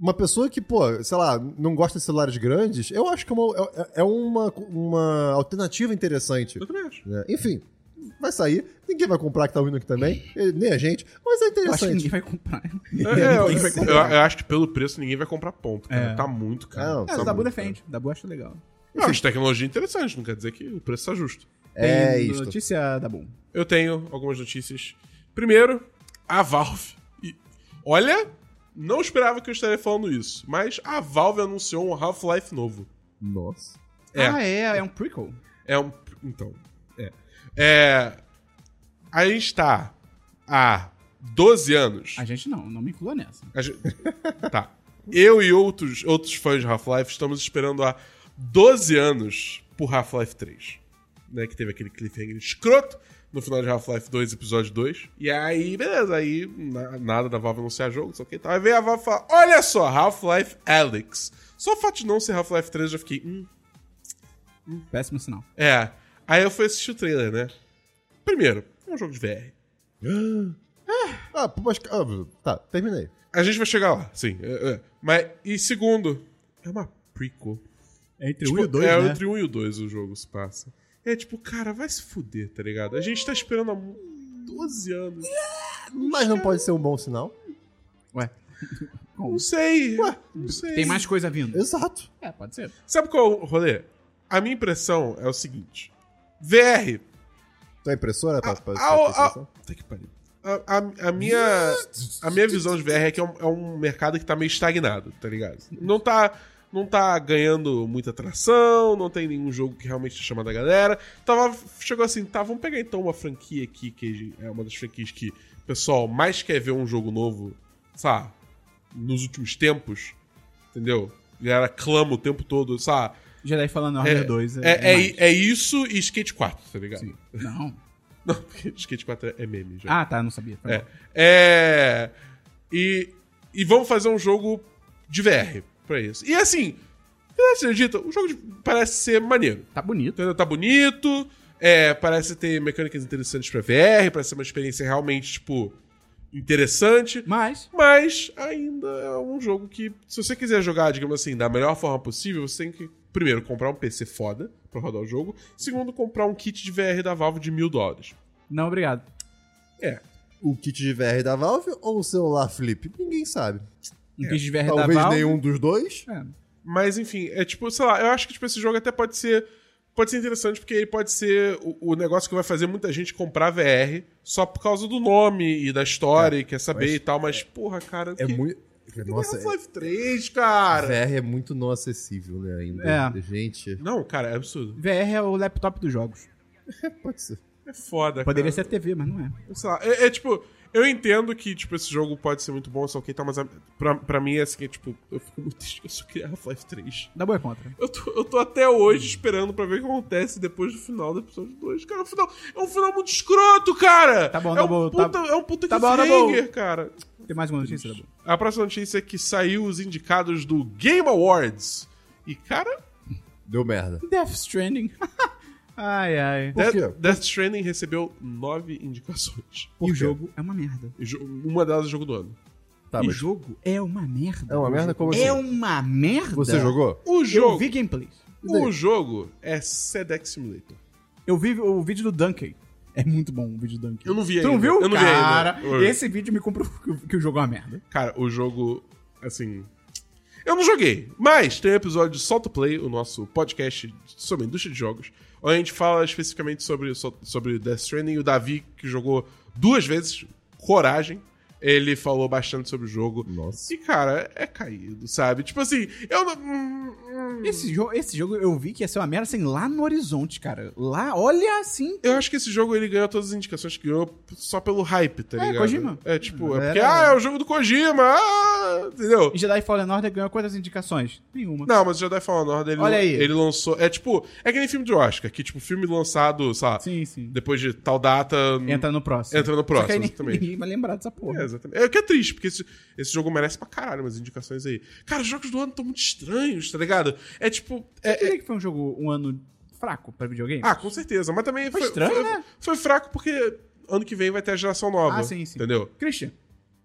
[SPEAKER 3] uma pessoa que, pô, sei lá, não gosta de celulares grandes, eu acho que é uma, é- é uma, uma alternativa interessante.
[SPEAKER 2] Eu também acho.
[SPEAKER 3] né? Enfim, vai sair. Ninguém vai comprar que tá ouvindo aqui também, e nem a gente, mas é
[SPEAKER 1] Eu acho que
[SPEAKER 3] interessante.
[SPEAKER 1] ninguém vai comprar.
[SPEAKER 2] É, é, eu,
[SPEAKER 1] Ninguém vai comprar.
[SPEAKER 2] eu- eu acho que pelo preço ninguém vai comprar ponto, cara.
[SPEAKER 1] É.
[SPEAKER 2] Tá muito caro.
[SPEAKER 3] Ah, não,
[SPEAKER 2] tá
[SPEAKER 1] É, o Dabu
[SPEAKER 2] muito
[SPEAKER 1] defende. O Dabu acha legal.
[SPEAKER 2] Eu acho tecnologia é interessante, não quer dizer que o preço está justo.
[SPEAKER 3] É
[SPEAKER 1] Tem
[SPEAKER 3] isto.
[SPEAKER 1] Notícia, Dabu.
[SPEAKER 2] Eu tenho algumas notícias. Primeiro, a Valve. E, olha, não esperava que eu estaria falando isso, mas a Valve anunciou um Half-Life novo.
[SPEAKER 3] Nossa.
[SPEAKER 2] É.
[SPEAKER 1] Ah, é. É um prequel.
[SPEAKER 2] É um. Então. É. é a gente tá há 12 anos.
[SPEAKER 1] A gente não. Não me inclua nessa.
[SPEAKER 2] A gente- tá. Eu e outros, outros fãs de Half-Life estamos esperando há 12 anos por Half-Life 3. né? Que teve aquele cliffhanger escroto no final de Half-Life 2, episódio 2. E aí, beleza, aí na- nada da Valve anunciar jogo, não sei o que e tal. Aí veio a Valve e fala: Olha só, Half-Life Alex. Só o fato de não ser Half-Life 3 eu já fiquei. Hum,
[SPEAKER 1] Péssimo sinal.
[SPEAKER 2] é. Aí eu fui assistir o trailer, né? Primeiro, é um jogo de VR.
[SPEAKER 3] Ah, pô, mas. ah, tá, terminei.
[SPEAKER 2] A gente vai chegar lá, sim. é, é. Mas, e segundo, é uma prequel.
[SPEAKER 1] É entre
[SPEAKER 2] Tipo,
[SPEAKER 1] um e o dois,
[SPEAKER 2] é
[SPEAKER 1] né?
[SPEAKER 2] entre 1 e o 2 o jogo se passa. É tipo, cara, vai se fuder, tá ligado? A gente tá esperando há mu- 12 anos.
[SPEAKER 3] Mas não pode ser um bom sinal.
[SPEAKER 1] Ué.
[SPEAKER 2] Não sei. não sei.
[SPEAKER 1] Tem mais coisa vindo.
[SPEAKER 3] Exato.
[SPEAKER 1] É, pode ser.
[SPEAKER 2] Sabe qual é o rolê? A minha impressão é o seguinte: VR.
[SPEAKER 3] Tua impressora
[SPEAKER 1] Ah,
[SPEAKER 3] tá
[SPEAKER 2] A, a, a, Puta que pariu. A- a- a minha, a minha visão de VR é que é um, é um mercado que tá meio estagnado, tá ligado? Não tá, não tá ganhando muita atração, não tem nenhum jogo que realmente tá chamando a galera. Tava, chegou assim, tá, vamos pegar então uma franquia aqui, que é uma das franquias que o pessoal mais quer ver um jogo novo, sabe? Nos últimos tempos, entendeu? A galera clama o tempo todo, sabe?
[SPEAKER 1] Jedi falando Order 2.
[SPEAKER 2] É, é,
[SPEAKER 1] mais.
[SPEAKER 2] é isso e Skate 4, tá ligado?
[SPEAKER 1] Sim. Não.
[SPEAKER 2] Não, porque Skate 4 é meme já.
[SPEAKER 1] Ah, tá, não sabia. Tá
[SPEAKER 2] É.
[SPEAKER 1] bom.
[SPEAKER 2] É. E, e vamos fazer um jogo de VR pra isso. E assim, verdade seja dita, o jogo de- parece ser maneiro.
[SPEAKER 1] Tá bonito.
[SPEAKER 2] Entendeu? Tá bonito, é, parece ter mecânicas interessantes pra VR, parece ser uma experiência realmente, tipo, interessante.
[SPEAKER 1] Mas,
[SPEAKER 2] Mas ainda é um jogo que, se você quiser jogar, digamos assim, da melhor forma possível, você tem que, primeiro, comprar um PC foda pra rodar o jogo. Segundo, comprar um kit de VR da Valve de mil dólares.
[SPEAKER 1] não, obrigado.
[SPEAKER 2] É,
[SPEAKER 3] O kit de VR da Valve ou o celular flip? Ninguém sabe.
[SPEAKER 1] Um kit de VR da
[SPEAKER 3] Talvez
[SPEAKER 1] Valve.
[SPEAKER 3] nenhum dos dois.
[SPEAKER 1] É.
[SPEAKER 2] Mas enfim, é tipo, sei lá, eu acho que tipo, esse jogo até pode ser. Pode ser interessante, porque ele pode ser o, o negócio que vai fazer muita gente comprar VR só por causa do nome e da história e quer saber
[SPEAKER 3] É, mas-
[SPEAKER 2] e tal, mas, porra, cara.
[SPEAKER 3] É muito. Nossa, é-
[SPEAKER 2] Half-Life 3, cara!
[SPEAKER 3] VR é muito não acessível, né, ainda.
[SPEAKER 1] É.
[SPEAKER 3] Gente,
[SPEAKER 2] Não, cara, é absurdo.
[SPEAKER 1] VR é o laptop dos jogos.
[SPEAKER 3] pode ser.
[SPEAKER 2] É foda,
[SPEAKER 1] Poderia
[SPEAKER 2] cara.
[SPEAKER 1] ser TV, mas não é.
[SPEAKER 2] Sei lá, é, é, tipo. Eu entendo que, tipo, esse jogo pode ser muito bom, só que tá, mas a- pra, pra mim é assim, é, tipo, eu fico muito triste que eu só queria Half-Life 3.
[SPEAKER 1] Dá boa é contra.
[SPEAKER 2] Eu tô, eu tô até hoje esperando pra ver o que acontece depois do final do episódio 2. Cara, o final é um final muito escroto, cara!
[SPEAKER 1] Tá bom,
[SPEAKER 2] é
[SPEAKER 1] tá
[SPEAKER 2] um
[SPEAKER 1] bom, tá-
[SPEAKER 2] puta, É um puta
[SPEAKER 1] tá bom,
[SPEAKER 2] tá
[SPEAKER 1] tá bom.
[SPEAKER 2] cara.
[SPEAKER 1] Tem mais uma notícia, Dabu?
[SPEAKER 2] A próxima notícia é que saiu os indicados do Game Awards. E, cara,
[SPEAKER 3] Deu merda.
[SPEAKER 1] Death Stranding. ai, ai.
[SPEAKER 3] Por quê?
[SPEAKER 2] Death, Death Stranding recebeu nove indicações.
[SPEAKER 1] E
[SPEAKER 3] quê?
[SPEAKER 1] o jogo é uma merda.
[SPEAKER 2] E jo- Uma delas é o jogo do ano.
[SPEAKER 3] Tá,
[SPEAKER 1] e o
[SPEAKER 3] mas
[SPEAKER 1] jogo é uma merda.
[SPEAKER 3] É uma merda? Como
[SPEAKER 1] É
[SPEAKER 3] assim?
[SPEAKER 1] uma merda.
[SPEAKER 3] você jogou?
[SPEAKER 2] O
[SPEAKER 1] Eu
[SPEAKER 2] jogo,
[SPEAKER 1] vi gameplay.
[SPEAKER 2] o jogo é Sedex Simulator.
[SPEAKER 1] Eu vi o vídeo do Dunkey. É muito bom o vídeo do Dunkey.
[SPEAKER 2] Eu não vi
[SPEAKER 1] Tu não
[SPEAKER 2] ainda.
[SPEAKER 1] viu?
[SPEAKER 2] Eu não vi
[SPEAKER 1] Cara,
[SPEAKER 2] ainda. Eu-
[SPEAKER 1] esse vídeo me comprou que, que o jogo é uma merda.
[SPEAKER 2] Cara, o jogo, assim. Eu não joguei, mas tem um episódio de Solta o Play, o nosso podcast sobre a indústria de jogos, onde a gente fala especificamente sobre, sobre Death Stranding. E o Davi, que jogou duas vezes, coragem, ele falou bastante sobre o jogo.
[SPEAKER 3] Nossa.
[SPEAKER 2] E, cara, é caído, sabe? Tipo assim, eu não. hum, hum.
[SPEAKER 1] Esse, jo esse jogo eu vi que ia ser uma merda assim lá no horizonte, cara. Lá, olha assim.
[SPEAKER 2] Eu acho que esse jogo ele ganhou todas as indicações que ganhou só pelo hype, tá
[SPEAKER 1] É,
[SPEAKER 2] ligado?
[SPEAKER 1] Kojima.
[SPEAKER 2] É tipo,
[SPEAKER 1] Era-
[SPEAKER 2] é porque, ah, é o jogo do Kojima, ah, entendeu?
[SPEAKER 1] E Jedi Fallen Order ganhou quantas indicações? Nenhuma.
[SPEAKER 2] Não, mas o Jedi Fallen Order, ele,
[SPEAKER 1] Olha aí.
[SPEAKER 2] ele lançou... É tipo... É que nem filme de Oscar, que tipo, filme lançado, sabe?
[SPEAKER 1] Sim, sim.
[SPEAKER 2] Depois de tal data...
[SPEAKER 1] Entra no próximo.
[SPEAKER 2] um Entra no
[SPEAKER 1] Só que aí
[SPEAKER 2] próximo,
[SPEAKER 1] ninguém-
[SPEAKER 2] exatamente.
[SPEAKER 1] ninguém vai lembrar dessa porra.
[SPEAKER 2] É, exatamente. É o que é triste, porque esse, esse jogo merece pra caralho umas indicações aí. Cara, os jogos do ano estão muito estranhos, tá ligado? É tipo... é-
[SPEAKER 1] Eu diria que foi um jogo, um ano fraco pra videogame.
[SPEAKER 2] Ah, com certeza. Mas também
[SPEAKER 1] Foi
[SPEAKER 2] foi,
[SPEAKER 1] estranho,
[SPEAKER 2] foi,
[SPEAKER 1] né?
[SPEAKER 2] foi fraco porque ano que vem vai ter a geração nova.
[SPEAKER 1] Ah, sim, sim.
[SPEAKER 2] Entendeu?
[SPEAKER 1] Christian,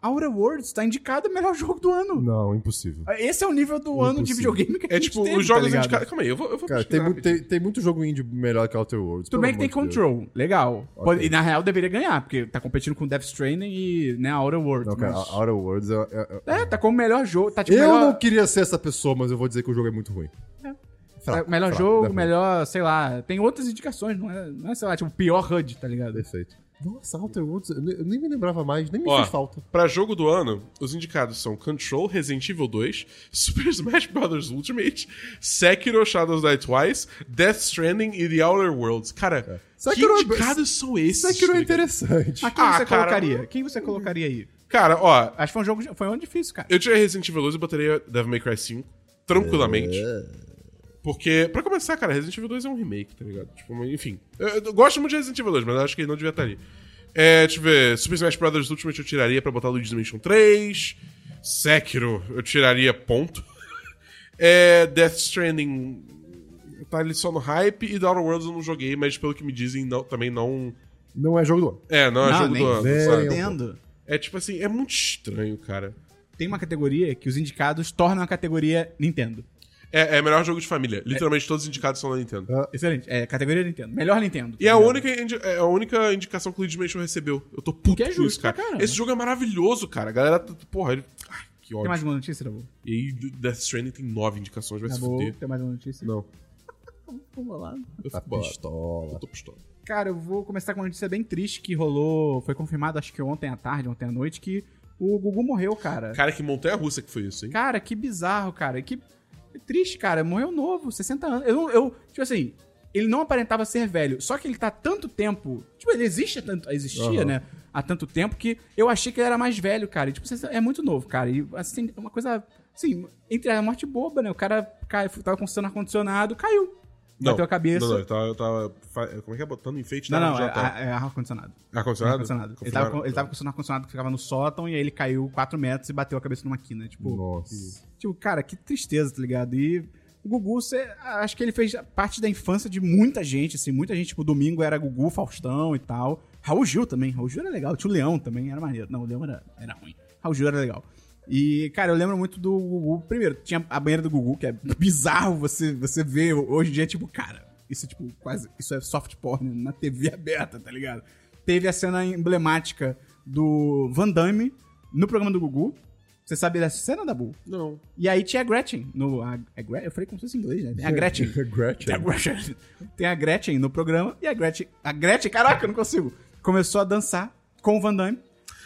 [SPEAKER 1] Aura Worlds tá indicado o melhor jogo do ano.
[SPEAKER 3] Não, impossível.
[SPEAKER 1] Esse é o nível do ano de
[SPEAKER 3] Impossível.
[SPEAKER 1] videogame que a
[SPEAKER 2] É
[SPEAKER 1] gente
[SPEAKER 2] tipo,
[SPEAKER 1] teve,
[SPEAKER 2] os jogos
[SPEAKER 1] tá ligado?
[SPEAKER 2] indicados... Calma aí, eu vou, eu vou
[SPEAKER 3] Cara,
[SPEAKER 2] pesquisar
[SPEAKER 3] tem, mu-
[SPEAKER 2] rapidinho.
[SPEAKER 3] tem, tem muito jogo indie melhor que Outer Worlds.
[SPEAKER 1] Tudo
[SPEAKER 3] pelo
[SPEAKER 1] bem que tem
[SPEAKER 3] amor de Deus.
[SPEAKER 1] Control, legal. Pode-
[SPEAKER 3] Ok.
[SPEAKER 1] e na real deveria ganhar, porque tá competindo com Death Stranding e né, Outer Worlds.
[SPEAKER 3] Não, cara,
[SPEAKER 1] mas-
[SPEAKER 3] Outer Worlds é... é- é-
[SPEAKER 1] É, tá como o melhor jogo. Tá tipo
[SPEAKER 3] Eu
[SPEAKER 1] melhor,
[SPEAKER 3] não queria ser essa pessoa, mas eu vou dizer que o jogo é muito ruim.
[SPEAKER 1] tá,
[SPEAKER 3] Fraco,
[SPEAKER 1] melhor
[SPEAKER 3] fraco,
[SPEAKER 1] jogo,
[SPEAKER 3] definitivamente.
[SPEAKER 1] melhor, sei lá. Tem outras indicações, não é, não é, sei lá, tipo, pior HUD, tá ligado?
[SPEAKER 3] Perfeito. Nossa, Outer Worlds, eu ne- eu nem me lembrava mais, nem me
[SPEAKER 2] Ó,
[SPEAKER 3] fez falta.
[SPEAKER 2] Pra jogo do ano, os indicados são Control, Resident Evil 2, Super Smash Bros. Ultimate, Sekiro Shadows Die Twice, Death Stranding e The Outer Worlds. Cara, que
[SPEAKER 3] Sekiro é-
[SPEAKER 2] indicados são esses?
[SPEAKER 3] Isso aqui não é
[SPEAKER 2] tá ligado?
[SPEAKER 3] interessante.
[SPEAKER 1] Mas quem
[SPEAKER 2] Ah,
[SPEAKER 1] você
[SPEAKER 2] cara.
[SPEAKER 1] colocaria? Quem você colocaria aí?
[SPEAKER 2] Cara, ó,
[SPEAKER 1] Acho que foi um jogo. Foi um ano difícil, cara.
[SPEAKER 2] eu tirei Resident Evil 2 e botaria Devil May Cry 5, tranquilamente. Porque, pra começar, cara, Resident Evil 2 é um remake, tá ligado? Tipo, enfim. Eu, eu gosto muito de Resident Evil 2, mas acho que ele não devia estar ali. É, deixa eu ver. Super Smash Bros. Ultimate eu tiraria pra botar Luigi's Dimension 3. Sekiro eu tiraria, ponto. É, Death Stranding tá ali só no hype. E The Outer Worlds eu não joguei, mas pelo que me dizem, não, também não.
[SPEAKER 3] Não é jogo do ano.
[SPEAKER 2] É, não é
[SPEAKER 1] Não,
[SPEAKER 2] jogo
[SPEAKER 1] nem
[SPEAKER 2] do ano.
[SPEAKER 3] vem.
[SPEAKER 2] sabe?
[SPEAKER 1] Entendo.
[SPEAKER 2] É tipo assim, é muito estranho, cara.
[SPEAKER 1] Tem uma categoria que os indicados tornam a categoria Nintendo.
[SPEAKER 2] É, é melhor jogo de família. Literalmente todos os indicados são da Nintendo.
[SPEAKER 1] Excelente. É, categoria Nintendo. Melhor Nintendo.
[SPEAKER 2] E é a única, indi- é a única indicação que o Luigi Mansion recebeu. Eu tô puto
[SPEAKER 1] Que é
[SPEAKER 2] com
[SPEAKER 1] justo
[SPEAKER 2] isso, cara.
[SPEAKER 1] pra caramba.
[SPEAKER 2] Esse jogo é maravilhoso, cara. A galera, tá- porra, ele... Ai, que
[SPEAKER 1] Tem
[SPEAKER 2] ódio.
[SPEAKER 1] mais Tá uma notícia, Dabu?
[SPEAKER 2] E aí, Death Stranding tem nove indicações, vai
[SPEAKER 1] Dabu,
[SPEAKER 2] se fuder.
[SPEAKER 1] tem mais uma notícia?
[SPEAKER 2] Não.
[SPEAKER 1] Vamos lá.
[SPEAKER 2] Eu
[SPEAKER 3] Tá
[SPEAKER 2] fico bolado.
[SPEAKER 3] pistola.
[SPEAKER 2] Eu tô pistola.
[SPEAKER 1] Cara, eu vou começar com uma notícia bem triste que rolou. Foi confirmado, acho que ontem à tarde, ontem à noite, que o Gugu morreu, cara.
[SPEAKER 2] Cara, que montanha russa que foi isso, hein?
[SPEAKER 1] Cara, que bizarro, cara. Que triste, cara. Morreu novo, 60 anos. Eu, não- eu tipo assim, ele não aparentava ser velho. Só que ele tá há tanto tempo. Tipo, ele existe há tanto, existia,
[SPEAKER 3] Aham.
[SPEAKER 1] né? Há tanto tempo que eu achei que ele era mais velho, cara. E, tipo, 60 é muito novo, cara. E assim, é uma coisa. Assim, entre a morte boba, né? O cara cai, tava com o ar-condicionado, caiu.
[SPEAKER 2] Não.
[SPEAKER 1] Bateu a cabeça.
[SPEAKER 2] Não, não, eu tava, eu tava fa- Como é que é? Botando enfeite
[SPEAKER 1] Não,
[SPEAKER 2] na
[SPEAKER 1] não, é,
[SPEAKER 2] já tá.
[SPEAKER 1] é- é ar-condicionado.
[SPEAKER 2] Ar-condicionado?
[SPEAKER 1] Ar-condicionado. Ele
[SPEAKER 2] Confirmaram?
[SPEAKER 1] tava, com- ele tava com o ar condicionado que ficava no sótão e aí ele caiu 4 metros e bateu a cabeça numa quina. Tipo,
[SPEAKER 3] Nossa.
[SPEAKER 1] Tipo, cara, que tristeza, tá ligado? E o Gugu, cê, acho que ele fez parte da infância de muita gente, assim. Muita gente, tipo, domingo era Gugu, Faustão e tal. Raul Gil também. Raul Gil era legal. Tinha o Leão também, era maneiro. Não, o Leão era, era ruim. Raul Gil era legal. E, cara, eu lembro muito do Gugu. Primeiro, tinha a banheira do Gugu, que é bizarro você, você ver hoje em dia, tipo, cara, isso é tipo quase. Isso é soft porn na TV aberta, tá ligado? Teve a cena emblemática do Van Damme no programa do Gugu. Você sabe dessa cena, Dabu?
[SPEAKER 2] Não.
[SPEAKER 1] E aí tinha a Gretchen. No, a, é Gre- eu falei como se fosse em inglês, né? Tem a Gretchen. Tem a
[SPEAKER 3] Gretchen.
[SPEAKER 1] Gretchen. Tem a Gretchen no programa. E a Gretchen. A Gretchen, caraca, eu não consigo. Começou a dançar com o Van Damme.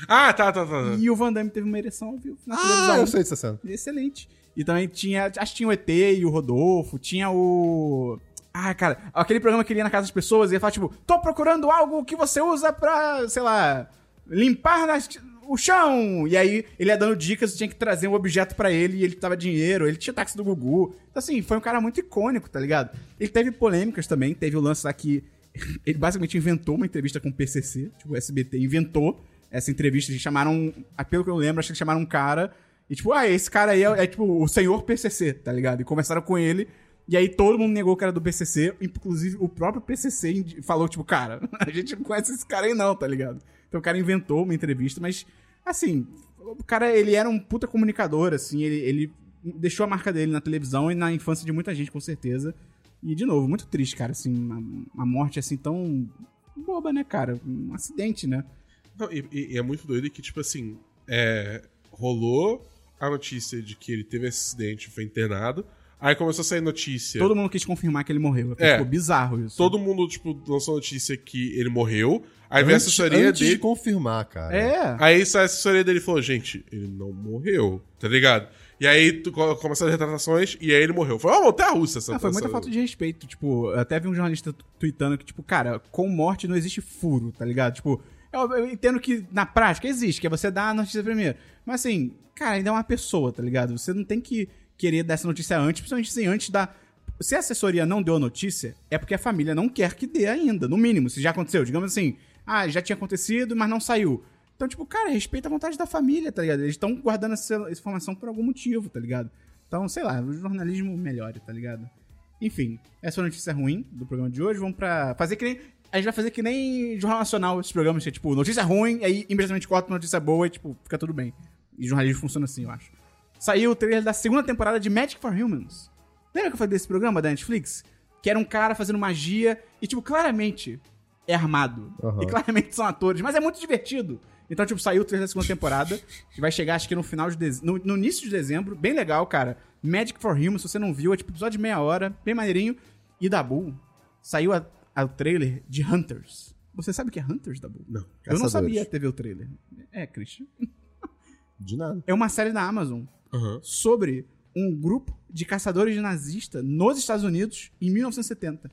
[SPEAKER 2] Ah, tá, tá, tá. tá.
[SPEAKER 1] E o Van Damme teve uma ereção ao vivo na
[SPEAKER 3] Ah,
[SPEAKER 1] televisão.
[SPEAKER 3] eu sei dessa cena.
[SPEAKER 1] Excelente. E também tinha. Acho que tinha o ET e o Rodolfo. Tinha o. Ah, cara, aquele programa que ele ia na casa das pessoas e ia falar, tipo, tô procurando algo que você usa pra, sei lá, limpar nas- o chão. E aí ele ia dando dicas, tinha que trazer um objeto pra ele e ele tava dinheiro, ele tinha táxi do Gugu. Então, assim, foi um cara muito icônico, tá ligado? Ele teve polêmicas também, teve o lance lá que ele basicamente inventou uma entrevista com o PCC, tipo, o SBT inventou essa entrevista, eles chamaram, pelo que eu lembro, acho que eles chamaram um cara e tipo, ah, esse cara aí é, é, tipo o senhor PCC, tá ligado? E conversaram com ele. E aí todo mundo negou que era do PCC. Inclusive o próprio PCC indi- falou, tipo, cara, a gente não conhece esse cara aí não, tá ligado? Então o cara inventou uma entrevista, mas, assim, o cara, ele era um puta comunicador, assim. Ele, ele deixou a marca dele na televisão e na infância de muita gente, com certeza. E, de novo, muito triste, cara, assim, uma, uma morte, assim, tão boba, né, cara? Um acidente, né?
[SPEAKER 2] Não, e, e- e é muito doido que, tipo assim, é, rolou a notícia de que ele teve esse acidente, foi internado. Aí começou a sair notícia.
[SPEAKER 1] Todo mundo quis confirmar que ele morreu.
[SPEAKER 2] É.
[SPEAKER 1] Ficou bizarro isso.
[SPEAKER 2] Todo mundo, tipo, lançou a notícia que ele morreu. Aí veio a
[SPEAKER 3] Antes,
[SPEAKER 2] assessoria
[SPEAKER 3] antes de
[SPEAKER 2] dele.
[SPEAKER 3] confirmar, cara.
[SPEAKER 1] É.
[SPEAKER 2] Aí sai a assessoria dele e falou, gente, ele não morreu, tá ligado? E aí tu co- começaram as retratações e aí ele morreu. Foi uma montanha russa essa
[SPEAKER 1] Ah, foi muita
[SPEAKER 2] essa-
[SPEAKER 1] falta de respeito. Tipo, eu até vi um jornalista tu- tweetando que, tipo, cara, com morte não existe furo, tá ligado? Tipo, eu, eu entendo que na prática existe, que é você dar a notícia primeiro. Mas assim, cara, ainda é uma pessoa, tá ligado? Você não tem que querer dar essa notícia antes, principalmente assim, antes da. Se a assessoria não deu a notícia, é porque a família não quer que dê ainda, no mínimo, se já aconteceu. Digamos assim, ah, já tinha acontecido, mas não saiu. Então, tipo, cara, respeita a vontade da família, tá ligado? Eles estão guardando essa essa informação por algum motivo, tá ligado? Então, sei lá, o jornalismo melhore, tá ligado? Enfim, essa foi a notícia ruim do programa de hoje. Vamos pra fazer que nem. A gente vai fazer que nem Jornal Nacional esses programas, que é tipo, notícia ruim, aí imediatamente corta pra notícia boa e tipo, fica tudo bem. E jornalismo funciona assim, eu acho. Saiu o trailer da segunda temporada de Magic for Humans. Lembra que eu falei desse programa da Netflix? Que era um cara fazendo magia e, tipo, claramente é armado.
[SPEAKER 3] Aham.
[SPEAKER 1] E claramente são atores, mas é muito divertido. Então, tipo, saiu o trailer da segunda temporada, que vai chegar acho que no final de dezembro, no, no início de dezembro, bem legal, cara. Magic for Humans, se você não viu, é tipo episódio de meia hora, bem maneirinho. E Dabu, saiu a- a- o trailer de Hunters. Você sabe o que é Hunters, Dabu?
[SPEAKER 2] Não.
[SPEAKER 1] Eu não
[SPEAKER 3] Caçadores.
[SPEAKER 1] sabia teve o trailer. É, Christian.
[SPEAKER 3] De nada.
[SPEAKER 1] É uma série da Amazon
[SPEAKER 2] Aham.
[SPEAKER 1] sobre um grupo de caçadores de nazista nos Estados Unidos em 1970.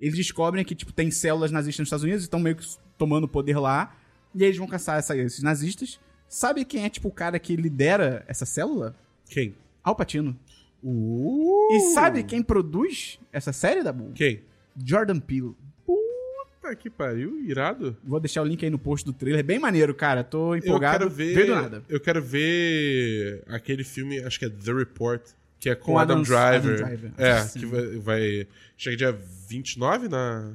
[SPEAKER 1] Eles descobrem que, tipo, tem células nazistas nos Estados Unidos, estão meio que tomando o poder lá, e aí eles vão caçar essa- esses nazistas. Sabe quem é, tipo, o cara que lidera essa célula?
[SPEAKER 2] Quem?
[SPEAKER 1] Al Pacino.
[SPEAKER 3] Uh,
[SPEAKER 1] E sabe quem produz essa série, Dabu?
[SPEAKER 2] Quem?
[SPEAKER 1] Jordan Peele.
[SPEAKER 2] Puta que pariu, irado.
[SPEAKER 1] Vou deixar o link aí no post do trailer. É bem maneiro, cara. Tô empolgado.
[SPEAKER 2] eu quero ver.
[SPEAKER 1] Vê do nada.
[SPEAKER 2] Eu quero ver aquele filme, acho que é The Report, que é com,
[SPEAKER 1] Com
[SPEAKER 2] Adam,
[SPEAKER 1] Adam-
[SPEAKER 2] Driver.
[SPEAKER 1] Adam Driver.
[SPEAKER 2] É,
[SPEAKER 1] Sim.
[SPEAKER 2] que vai, vai. Chega dia 29 na,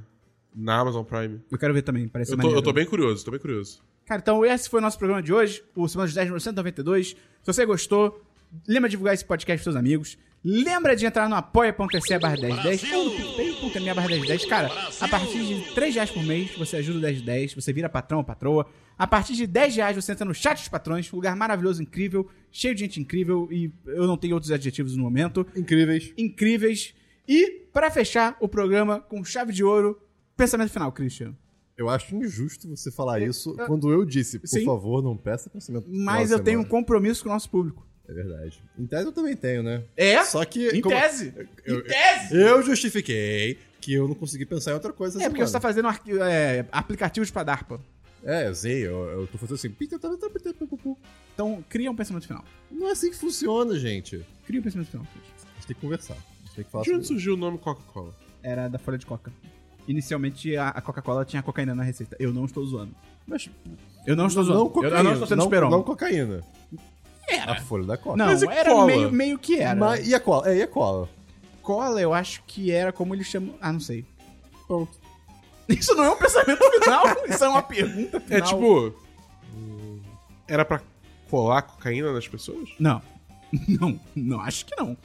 [SPEAKER 2] na Amazon Prime.
[SPEAKER 1] Eu quero ver também, parece
[SPEAKER 2] Eu tô,
[SPEAKER 1] é maneiro.
[SPEAKER 2] eu tô bem curioso, tô bem curioso.
[SPEAKER 1] Cara, então esse foi o nosso programa de hoje, o Semana dos 10, número 192. Se você gostou, lembra de divulgar esse podcast pros seus amigos. Lembra de entrar no apoia.se barra 1010 ou no picpay.me barra 1010. Cara, a partir de 3 reais por mês, você ajuda o 1010, você vira patrão ou patroa. A partir de 10 reais, você entra no chat dos patrões, um lugar maravilhoso, incrível, cheio de gente incrível e eu não tenho outros adjetivos no momento.
[SPEAKER 3] Incríveis.
[SPEAKER 1] Incríveis. E, pra fechar o programa com chave de ouro, pensamento final, Christian.
[SPEAKER 3] Eu acho injusto você falar isso quando eu disse, por
[SPEAKER 1] É, Sim.
[SPEAKER 3] favor, não peça pensamento. final
[SPEAKER 1] Mas
[SPEAKER 3] de
[SPEAKER 1] eu tenho um
[SPEAKER 3] semana.
[SPEAKER 1] compromisso com o nosso público.
[SPEAKER 3] É verdade. Em tese eu também tenho, né?
[SPEAKER 1] É?
[SPEAKER 3] Só que.
[SPEAKER 1] Em
[SPEAKER 3] como-
[SPEAKER 1] tese.
[SPEAKER 3] eu-
[SPEAKER 1] em tese.
[SPEAKER 3] Eu justifiquei que eu não consegui pensar em outra coisa.
[SPEAKER 1] é, porque você tá fazendo arqui- é, aplicativos pra DARPA.
[SPEAKER 3] É, eu sei, eu, eu tô fazendo assim.
[SPEAKER 1] Então, cria um pensamento final.
[SPEAKER 3] Não é assim que funciona, gente.
[SPEAKER 1] Cria um pensamento final. Cris.
[SPEAKER 3] A gente tem que conversar. A gente tem que falar
[SPEAKER 2] De
[SPEAKER 3] sobre
[SPEAKER 2] onde surgiu o nome Coca-Cola?
[SPEAKER 1] Era da folha de coca. Inicialmente, a, a Coca-Cola tinha cocaína na receita. Eu não estou zoando.
[SPEAKER 3] Mas
[SPEAKER 1] Eu não estou zoando.
[SPEAKER 3] não
[SPEAKER 1] eu,
[SPEAKER 3] cocaína.
[SPEAKER 1] eu não estou sendo
[SPEAKER 3] não,
[SPEAKER 1] esperon.
[SPEAKER 3] não
[SPEAKER 1] Não,
[SPEAKER 3] cocaína. A folha da cola.
[SPEAKER 2] Mas e
[SPEAKER 1] era
[SPEAKER 2] cola?
[SPEAKER 1] meio, meio que era.
[SPEAKER 3] Mas- e a cola? É, e a cola?
[SPEAKER 1] Cola, eu acho que era como eles chamam... Ah, não sei.
[SPEAKER 3] Pronto.
[SPEAKER 1] Isso não é um pensamento final? Isso é uma pergunta
[SPEAKER 2] É
[SPEAKER 1] final.
[SPEAKER 2] tipo. Era pra colar cocaína nas pessoas?
[SPEAKER 1] Não. Não. Não, acho que não.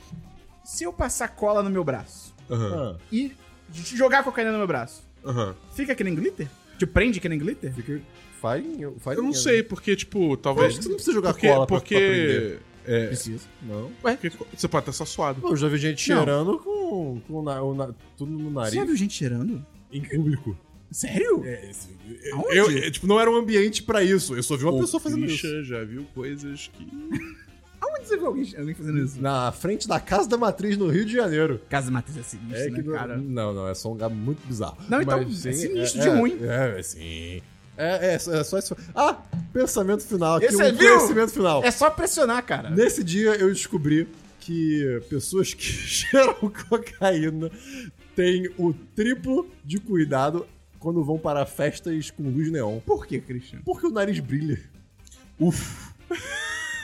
[SPEAKER 1] Se eu passar cola no meu braço
[SPEAKER 2] Aham.
[SPEAKER 3] Ah,
[SPEAKER 1] e jogar cocaína no meu braço,
[SPEAKER 2] Aham.
[SPEAKER 1] Fica que nem glitter? Te prende que nem glitter?
[SPEAKER 3] fica farinha, farinha.
[SPEAKER 2] Eu não
[SPEAKER 3] né?
[SPEAKER 2] sei, porque, tipo,
[SPEAKER 3] Eu
[SPEAKER 2] talvez.
[SPEAKER 3] acho que você não precisa jogar
[SPEAKER 2] Porque.
[SPEAKER 3] cola pra- pra aprender.
[SPEAKER 2] porque é,
[SPEAKER 1] Preciso.
[SPEAKER 3] Não.
[SPEAKER 2] porque você pode estar só suado.
[SPEAKER 3] Pô, Eu já vi gente
[SPEAKER 1] Não.
[SPEAKER 3] cheirando com, com o na- o na- tudo no nariz.
[SPEAKER 1] Você já viu gente cheirando?
[SPEAKER 3] Em público.
[SPEAKER 1] Sério?
[SPEAKER 3] É, esse- eu,
[SPEAKER 1] Aonde?
[SPEAKER 3] eu- tipo, não era um ambiente pra isso. Eu só vi uma pessoa fazendo isso.
[SPEAKER 2] já viu coisas que.
[SPEAKER 1] Aonde você viu alguém, che- alguém fazendo isso?
[SPEAKER 3] Na frente da Casa da Matriz, no Rio de Janeiro.
[SPEAKER 1] Casa Matriz é sinistro,
[SPEAKER 3] É
[SPEAKER 1] né,
[SPEAKER 3] que não,
[SPEAKER 1] cara?
[SPEAKER 3] não, não, é só um lugar muito bizarro.
[SPEAKER 1] Não, então,
[SPEAKER 3] Mas,
[SPEAKER 1] é
[SPEAKER 3] sim,
[SPEAKER 1] sinistro de ruim.
[SPEAKER 3] É, é, sim. É, é, é só é só isso. Ah, pensamento final. aqui,
[SPEAKER 1] Esse
[SPEAKER 3] um
[SPEAKER 1] é, viu?
[SPEAKER 3] conhecimento final.
[SPEAKER 1] É só pressionar, cara.
[SPEAKER 3] Nesse dia eu descobri que pessoas que cheiram cocaína têm o triplo de cuidado quando vão para festas com luz neon.
[SPEAKER 1] Por que, Christian?
[SPEAKER 3] Porque o nariz brilha.
[SPEAKER 2] Uf!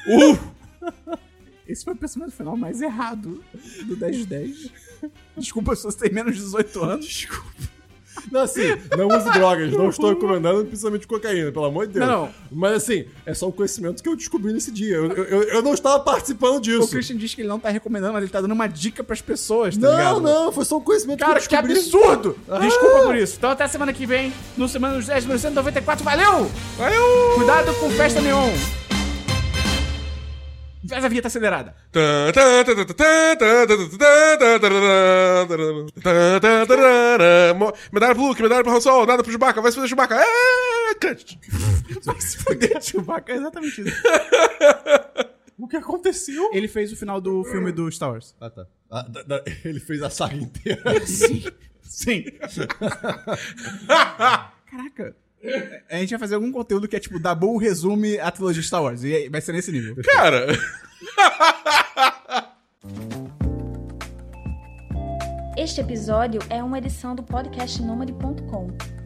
[SPEAKER 2] Uf!
[SPEAKER 1] Esse foi o pensamento final mais errado do 10 de 10. Desculpa se você tem menos de 18 anos.
[SPEAKER 3] Desculpa. Não, assim, não use drogas, não estou recomendando, principalmente cocaína, pelo amor de Deus.
[SPEAKER 1] Não, não.
[SPEAKER 3] Mas assim, é só um conhecimento que eu descobri nesse dia. Eu, eu- eu- eu não estava participando
[SPEAKER 1] O
[SPEAKER 3] disso.
[SPEAKER 1] Christian diz que ele não tá recomendando, mas ele tá dando uma dica pras pessoas, tá
[SPEAKER 3] Não,
[SPEAKER 1] ligado?
[SPEAKER 3] não, foi só um conhecimento
[SPEAKER 1] Cara,
[SPEAKER 3] que
[SPEAKER 1] que
[SPEAKER 3] eu descobri.
[SPEAKER 1] absurdo!
[SPEAKER 3] Ah!
[SPEAKER 1] Desculpa por isso. Então até semana que vem, no Semana dos 10, número 194. Valeu! Valeu! Cuidado com festa neon. Faz a vinheta acelerada.
[SPEAKER 2] Mo- Medalha pro Luke, medalha pro Han Solo, nada pro Chewbacca, vai se fazer Chewbacca. Ah, cut.
[SPEAKER 1] Vai se fuder, Chewbacca. É exatamente isso.
[SPEAKER 3] O que aconteceu?
[SPEAKER 1] Ele fez o final do filme do Star Wars.
[SPEAKER 3] Ah, tá. Ah, da- da- ele fez a saga inteira.
[SPEAKER 1] Sim. Sim. Caraca. A gente vai fazer algum conteúdo que é tipo, Dabu resume a trilogia Star Wars. E aí vai ser nesse nível.
[SPEAKER 2] Cara,
[SPEAKER 4] Este episódio é uma edição do podcast Nômade.com.